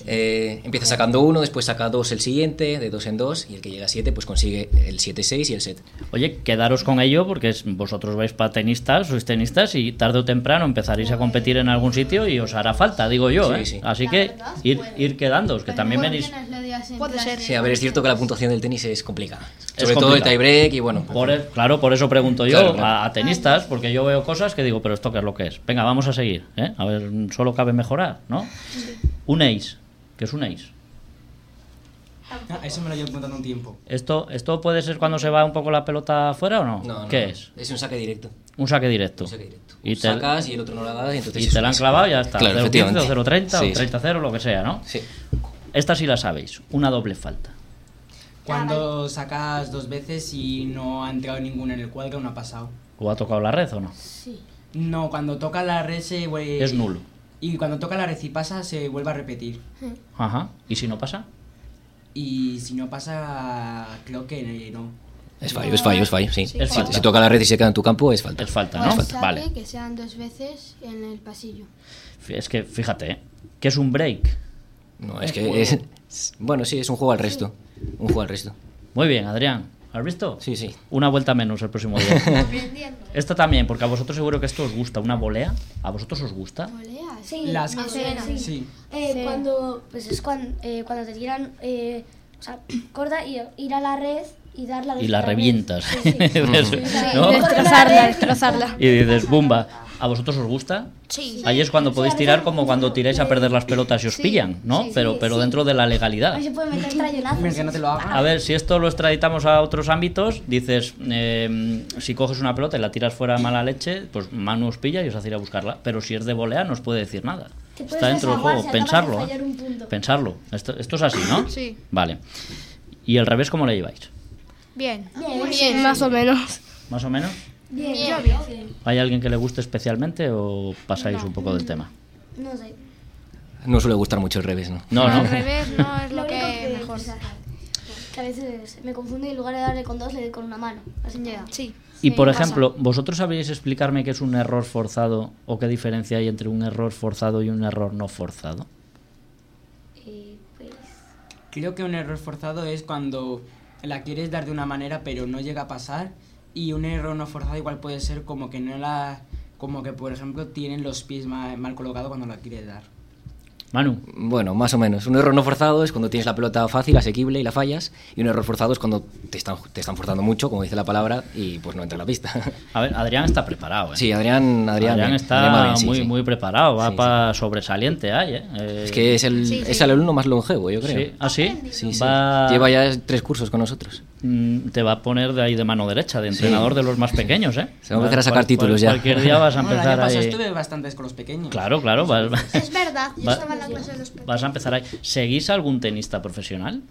[SPEAKER 7] eh, empieza sacando uno, después saca dos el siguiente, de dos en dos, y el que llega a siete, pues consigue el 7-6 y el set.
[SPEAKER 5] Oye, quedaros con ello porque es- vosotros vais para tenistas, sois tenistas y tarde o temprano empezaréis a competir en algún sitio y os hará falta, digo yo.
[SPEAKER 7] Sí,
[SPEAKER 5] ¿eh?
[SPEAKER 7] sí.
[SPEAKER 5] Así que ir, ir quedándoos, que también venís.
[SPEAKER 20] Puede ser.
[SPEAKER 7] Sí, a ver, es cierto que la puntuación del tenis es complicada.
[SPEAKER 5] Es
[SPEAKER 7] Sobre todo el
[SPEAKER 5] complicado.
[SPEAKER 7] tiebreak y bueno. pues
[SPEAKER 5] Por e- claro, por eso pregunto yo
[SPEAKER 7] Claro, claro.
[SPEAKER 5] A, a tenistas, porque yo veo cosas que digo, pero esto qué es lo que es. Venga, vamos a seguir. ¿eh? A ver, solo cabe mejorar, ¿no? Un ace, que es un ace.
[SPEAKER 16] Ah, eso me lo llevo contando un tiempo.
[SPEAKER 5] ¿Esto, ¿Esto puede ser cuando se va un poco la pelota afuera o no?
[SPEAKER 7] No, no,
[SPEAKER 5] ¿Qué
[SPEAKER 7] no.
[SPEAKER 5] es?
[SPEAKER 7] Es un saque directo.
[SPEAKER 5] Un saque directo. Y te,
[SPEAKER 7] Sacas y el otro no lo hagas, y entonces
[SPEAKER 5] y
[SPEAKER 7] es
[SPEAKER 5] te
[SPEAKER 7] un
[SPEAKER 5] la han
[SPEAKER 7] ace.
[SPEAKER 5] clavado y ya está.
[SPEAKER 7] Claro,
[SPEAKER 5] 0-15
[SPEAKER 7] efectivamente.
[SPEAKER 5] o 0-30
[SPEAKER 7] Sí,
[SPEAKER 5] o
[SPEAKER 7] sí.
[SPEAKER 5] 30-0, lo que sea, ¿no?
[SPEAKER 7] Sí.
[SPEAKER 5] Esta sí la sabéis. Una doble falta.
[SPEAKER 16] Cuando sacas dos veces y no ha entrado ninguno en el cuadro, no ha pasado.
[SPEAKER 5] ¿O ha tocado la red o no?
[SPEAKER 16] No, cuando toca la red se vuelve...
[SPEAKER 5] Es nulo.
[SPEAKER 16] Y cuando toca la red y pasa, se vuelve a repetir.
[SPEAKER 5] Ajá. ¿Y si no pasa?
[SPEAKER 16] Y si no pasa, creo que no.
[SPEAKER 7] Es fallo, es fallo, es fallo, sí.
[SPEAKER 16] Sí.
[SPEAKER 7] Si-
[SPEAKER 16] Es falta.
[SPEAKER 7] Si, toca la red y se queda en tu campo, es falta. Es
[SPEAKER 5] falta,
[SPEAKER 12] O saque Pues que sean dos veces en el pasillo.
[SPEAKER 5] F- Es que, fíjate, ¿eh? ¿qué es un break?
[SPEAKER 7] No, es que es, es- Bueno, sí, es un juego al resto. Un juego al resto.
[SPEAKER 5] Muy bien, Adrián. ¿Has visto?
[SPEAKER 7] Sí, sí.
[SPEAKER 5] Una vuelta menos el próximo día. Esta también, porque a vosotros seguro que esto os gusta. ¿Una volea? ¿A vosotros os gusta?
[SPEAKER 7] Pues
[SPEAKER 9] Sí,
[SPEAKER 16] Las-
[SPEAKER 9] más o
[SPEAKER 16] Sí.
[SPEAKER 9] menos.
[SPEAKER 16] Sí.
[SPEAKER 9] Eh, Cuando, pues es cuan- eh, cuando, te tiran, eh, o sea, corda y ir a la red y darla
[SPEAKER 5] Y la
[SPEAKER 9] otra vez.
[SPEAKER 5] revientas. Pues,
[SPEAKER 9] Sí, sí.
[SPEAKER 5] ¿No?
[SPEAKER 9] Sí, destrozarla, destrozarla.
[SPEAKER 5] Y dices, bumba. ¿a vosotros os gusta?
[SPEAKER 9] Sí.
[SPEAKER 5] Ahí es cuando podéis tirar como cuando tiráis a perder las pelotas y os
[SPEAKER 9] Sí,
[SPEAKER 5] pillan, ¿no?
[SPEAKER 9] sí,
[SPEAKER 5] pero
[SPEAKER 9] sí,
[SPEAKER 5] pero
[SPEAKER 9] sí.
[SPEAKER 5] dentro de la legalidad.
[SPEAKER 9] Ahí se puede meter trayonazos.
[SPEAKER 16] Hombre, que no te lo hagan.
[SPEAKER 5] A ver, si esto lo extraditamos a otros ámbitos, dices, eh, si coges una pelota y la tiras fuera a mala leche, pues Manu os pilla y os hace ir a buscarla. Pero si es de volea, no os puede decir nada.
[SPEAKER 9] Te puedes
[SPEAKER 5] Está dentro del
[SPEAKER 9] desahogar,
[SPEAKER 5] juego,
[SPEAKER 9] si acabas de
[SPEAKER 5] pensarlo.
[SPEAKER 9] fallar
[SPEAKER 5] ¿eh?
[SPEAKER 9] un punto.
[SPEAKER 5] Pensarlo. Esto, esto es así, ¿no?
[SPEAKER 9] Sí.
[SPEAKER 5] Vale. ¿Y el revés cómo le lleváis?
[SPEAKER 20] Bien.
[SPEAKER 9] Bien,
[SPEAKER 20] Más o
[SPEAKER 9] menos.
[SPEAKER 5] ¿Más o menos?
[SPEAKER 9] Bien,
[SPEAKER 20] Ah, Yo
[SPEAKER 5] ¿Hay alguien que le guste especialmente o pasáis un poco del tema?
[SPEAKER 9] No sé.
[SPEAKER 7] No suele gustar mucho el revés, ¿no?
[SPEAKER 5] No, no.
[SPEAKER 20] Al revés no es lo,
[SPEAKER 9] Lo
[SPEAKER 20] que,
[SPEAKER 9] único que-
[SPEAKER 20] mejor.
[SPEAKER 9] Que a veces me confundo y en lugar de darle con dos, le doy con una mano. Así llega.
[SPEAKER 20] Sí.
[SPEAKER 5] Y por ejemplo, ¿vosotros sabríais explicarme qué es un error forzado o qué diferencia hay entre un error forzado y un error no forzado?
[SPEAKER 9] pues,
[SPEAKER 16] Creo que un error forzado es cuando la quieres dar de una manera pero no llega a pasar y un error no forzado igual puede ser como que no la como que por ejemplo tienen los pies ma- mal colocados cuando la quieres dar.
[SPEAKER 5] Manu.
[SPEAKER 7] Bueno, más o menos. Un error no forzado es cuando tienes la pelota fácil, asequible y la fallas. Y un error forzado es cuando te están, te están forzando mucho, como dice la palabra, y pues no entra en la pista.
[SPEAKER 5] A ver, Adrián está preparado. ¿eh?
[SPEAKER 7] Sí, Adrián, Adrián, bien,
[SPEAKER 5] está
[SPEAKER 7] Adrián va bien, sí,
[SPEAKER 5] muy,
[SPEAKER 7] sí.
[SPEAKER 5] muy preparado, va para sobresaliente, hay, ¿eh? Eh,
[SPEAKER 7] Es que es el,
[SPEAKER 5] Sí, sí.
[SPEAKER 7] es el alumno más longevo, yo creo.
[SPEAKER 5] Sí. ¿Ah, sí?
[SPEAKER 7] Sí, sí.
[SPEAKER 5] Va-
[SPEAKER 7] Lleva ya tres cursos con nosotros.
[SPEAKER 5] Mm, te va a poner de ahí de mano derecha, de
[SPEAKER 7] Sí.
[SPEAKER 5] entrenador de los más pequeños, ¿eh?
[SPEAKER 7] Se va a empezar a sacar títulos ya.
[SPEAKER 5] Cualquier día vas a
[SPEAKER 16] Bueno, el año
[SPEAKER 5] empezar
[SPEAKER 16] pasado
[SPEAKER 5] ahí.
[SPEAKER 16] estuve bastantes con los pequeños.
[SPEAKER 5] Claro, claro, vas,
[SPEAKER 19] Es verdad, yo
[SPEAKER 5] Va-
[SPEAKER 19] estaba en la clase de los pequeños.
[SPEAKER 5] vas a empezar ahí. ¿Seguís a algún tenista profesional?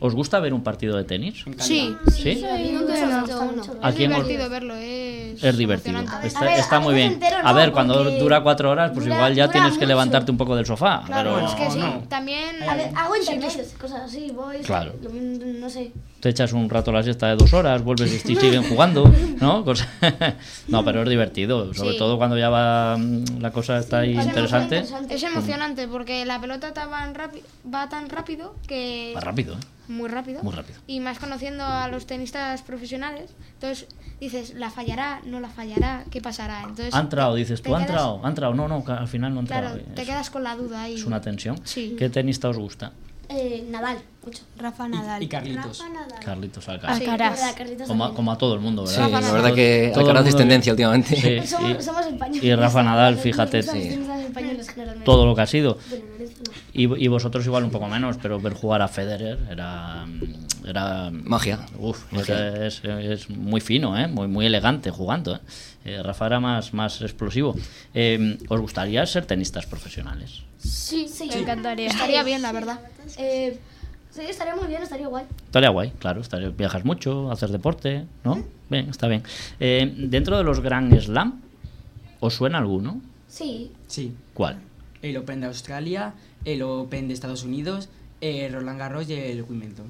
[SPEAKER 5] ¿Os gusta ver un partido de tenis?
[SPEAKER 20] Sí,
[SPEAKER 5] ¿Sí?
[SPEAKER 20] nunca he visto uno.
[SPEAKER 5] Aquí
[SPEAKER 20] es
[SPEAKER 5] hemos-
[SPEAKER 20] divertido verlo, eh. es,
[SPEAKER 5] Es divertido.
[SPEAKER 20] emocionante.
[SPEAKER 5] Está, está muy bien. a ver, cuando dura cuatro horas, pues
[SPEAKER 20] dura-
[SPEAKER 5] igual ya
[SPEAKER 20] dura
[SPEAKER 5] tienes que
[SPEAKER 20] mucho.
[SPEAKER 5] levantarte un poco del sofá.
[SPEAKER 20] Claro,
[SPEAKER 5] pero
[SPEAKER 20] es que sí,
[SPEAKER 5] no.
[SPEAKER 20] también
[SPEAKER 9] A ver, hago
[SPEAKER 20] intermedios,
[SPEAKER 9] cosas así, voy,
[SPEAKER 5] Claro.
[SPEAKER 9] lo- no sé.
[SPEAKER 5] Te echas un rato la siesta de dos horas, vuelves y siguen jugando, ¿no? Cosa- no, pero es divertido, sobre
[SPEAKER 20] Sí.
[SPEAKER 5] todo cuando ya va mm, la cosa está ahí interesante.
[SPEAKER 20] Es emocionante porque la pelota ta- va, en rapi- va tan rápido que...
[SPEAKER 5] Va rápido, ¿eh?
[SPEAKER 20] Muy rápido.
[SPEAKER 5] Muy rápido.
[SPEAKER 20] Y más conociendo a los tenistas profesionales, entonces dices, ¿la fallará? ¿No la fallará? ¿Qué pasará? Entonces,
[SPEAKER 5] Ha entrado, dices
[SPEAKER 20] te
[SPEAKER 5] tú, ha
[SPEAKER 20] quedas-
[SPEAKER 5] entrado, ha entrado. No, no, que al final no ha entrado.
[SPEAKER 20] Claro, te
[SPEAKER 5] Es-
[SPEAKER 20] quedas con la duda ahí.
[SPEAKER 5] es una tensión.
[SPEAKER 20] Sí.
[SPEAKER 5] ¿Qué tenista os gusta?
[SPEAKER 9] Eh, Nadal, mucho. Rafa Nadal.
[SPEAKER 5] y Carlitos.
[SPEAKER 9] Rafa Nadal.
[SPEAKER 5] Carlitos Alcaraz.
[SPEAKER 9] Ah, Sí, Alcaraz. verdad, Carlitos
[SPEAKER 5] como, a,
[SPEAKER 9] Alcaraz.
[SPEAKER 5] como a todo el mundo,
[SPEAKER 7] Sí,
[SPEAKER 5] ¿verdad?
[SPEAKER 7] la verdad que
[SPEAKER 5] Todo el
[SPEAKER 7] Alcaraz es
[SPEAKER 5] mundo-
[SPEAKER 7] tendencia últimamente.
[SPEAKER 5] Sí,
[SPEAKER 9] Somos-
[SPEAKER 5] y-
[SPEAKER 9] somos españoles.
[SPEAKER 5] Y Rafa Nadal, fíjate,
[SPEAKER 9] Somos
[SPEAKER 5] sí,
[SPEAKER 9] los españoles, generalmente.
[SPEAKER 5] todo lo que ha sido.
[SPEAKER 9] Bueno, merece una-
[SPEAKER 5] Y, y vosotros igual un poco menos, pero ver jugar a Federer era... mm, era
[SPEAKER 7] Magia.
[SPEAKER 5] Uf, es-
[SPEAKER 7] Magia.
[SPEAKER 5] Es, es muy fino, ¿eh? muy, muy elegante jugando. ¿eh? Eh, Rafa era más, más explosivo. Eh, ¿Os gustaría ser tenistas profesionales?
[SPEAKER 9] Sí, sí,
[SPEAKER 20] Me encantaría.
[SPEAKER 9] Estaría bien, la verdad. Eh, sí, estaría muy bien, estaría guay.
[SPEAKER 5] Estaría guay, claro. estaría- viajas mucho, haces deporte, ¿no? Bien, está bien. Eh, dentro de los Grand Slam, ¿os suena alguno?
[SPEAKER 9] Sí.
[SPEAKER 16] Sí.
[SPEAKER 5] ¿Cuál?
[SPEAKER 16] El Open de Australia, el Open de Estados Unidos, el Roland Garros y el Wimbledon.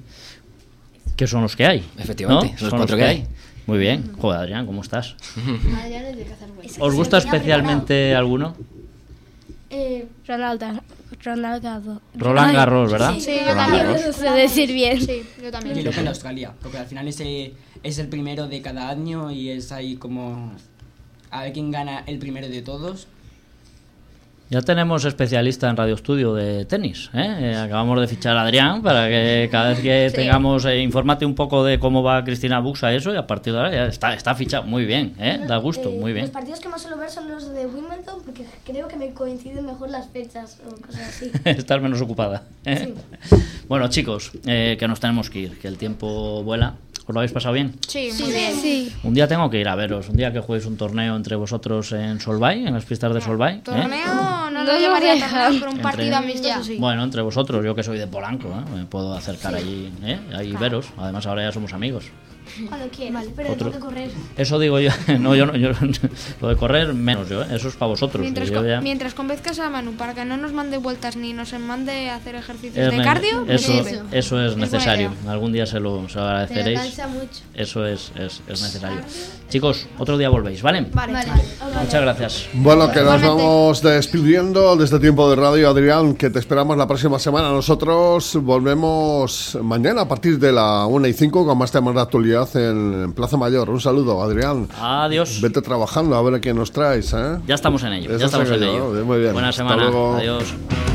[SPEAKER 5] Que son los que hay.
[SPEAKER 7] Efectivamente,
[SPEAKER 5] ¿no?
[SPEAKER 7] son los cuatro que hay.
[SPEAKER 5] Muy bien. Joder, Adrián, ¿cómo estás?
[SPEAKER 9] Adrián es de Cazorla.
[SPEAKER 5] ¿Os gusta especialmente alguno?
[SPEAKER 9] Eh, Ronald, Gar- Ronald Garros.
[SPEAKER 5] Roland
[SPEAKER 9] Ay,
[SPEAKER 5] Garros, ¿verdad?
[SPEAKER 9] Sí, yo
[SPEAKER 5] Roland
[SPEAKER 9] también
[SPEAKER 5] Garros.
[SPEAKER 9] lo sé decir bien.
[SPEAKER 20] Sí, yo también.
[SPEAKER 16] Y el Open de
[SPEAKER 5] ¿Eh?
[SPEAKER 16] Australia, porque al final ese es el primero de cada año y es ahí como a ver quién gana el primero de todos.
[SPEAKER 5] Ya tenemos especialista en Radio Estudio de tenis. ¿eh? Eh, Acabamos de fichar a Adrián para que cada vez que
[SPEAKER 20] Sí.
[SPEAKER 5] tengamos, eh, infórmate un poco de cómo va Cristina Buxa eso y a partir de ahora ya está, está fichado. Muy bien, ¿eh? da gusto,
[SPEAKER 9] Eh,
[SPEAKER 5] muy bien.
[SPEAKER 9] Los partidos que más suelo ver son los de Wimbledon porque creo que me coinciden mejor las fechas o cosas así.
[SPEAKER 5] Estar menos ocupada. ¿eh? Bueno, chicos, eh, que nos tenemos que ir, que el tiempo vuela. ¿Os lo habéis pasado bien?
[SPEAKER 20] Sí,
[SPEAKER 9] muy bien.
[SPEAKER 20] Sí.
[SPEAKER 5] Un día tengo que ir a veros, un día que juguéis un torneo entre vosotros en Solvay, en las pistas de Solvay. ¿eh?
[SPEAKER 20] Torneo, no
[SPEAKER 9] No
[SPEAKER 20] lo
[SPEAKER 9] lo
[SPEAKER 20] llamaría
[SPEAKER 9] deja.
[SPEAKER 20] torneo, pero un
[SPEAKER 5] Entre-
[SPEAKER 20] partido amistoso sí.
[SPEAKER 5] Bueno, entre vosotros, yo que soy de Polanco, ¿eh? me puedo acercar allí, ¿eh? ahí veros. Además, ahora ya somos amigos.
[SPEAKER 9] Cuando quieras, pero
[SPEAKER 5] Otro-
[SPEAKER 9] tengo que correr.
[SPEAKER 5] Eso digo yo, no, yo no, yo no. lo de correr menos yo, ¿eh? eso es para vosotros.
[SPEAKER 20] Mientras,
[SPEAKER 5] yo
[SPEAKER 20] co-
[SPEAKER 5] ya-
[SPEAKER 20] mientras convenzcas a Manu para que no nos mande vueltas ni nos mande a hacer ejercicios
[SPEAKER 5] es
[SPEAKER 20] de
[SPEAKER 5] ne-
[SPEAKER 20] cardio, me
[SPEAKER 5] Eh, eso,
[SPEAKER 20] sirve.
[SPEAKER 5] eso es
[SPEAKER 20] buena
[SPEAKER 5] necesario.
[SPEAKER 20] idea.
[SPEAKER 5] Algún día se lo, se lo agradeceréis.
[SPEAKER 20] cansa mucho.
[SPEAKER 5] Eso es, es, es necesario. Chicos, otro día volvéis, ¿vale?
[SPEAKER 20] Vale.
[SPEAKER 5] Muchas gracias.
[SPEAKER 4] Bueno, que nos
[SPEAKER 5] Igualmente.
[SPEAKER 4] vamos despidiendo de este tiempo de radio, Adrián, que te esperamos la próxima semana. Nosotros volvemos mañana a partir de la 1 y 5 con más temas de actualidad en Plaza Mayor. Un saludo, Adrián.
[SPEAKER 5] Adiós.
[SPEAKER 4] Vete trabajando a ver qué nos traes. ¿eh?
[SPEAKER 5] Ya estamos en ello,
[SPEAKER 4] Eso
[SPEAKER 5] ya estamos
[SPEAKER 4] sé que
[SPEAKER 5] en
[SPEAKER 4] yo,
[SPEAKER 5] ello.
[SPEAKER 4] Muy bien.
[SPEAKER 5] Buena
[SPEAKER 4] Hasta
[SPEAKER 5] semana.
[SPEAKER 4] luego.
[SPEAKER 5] Adiós.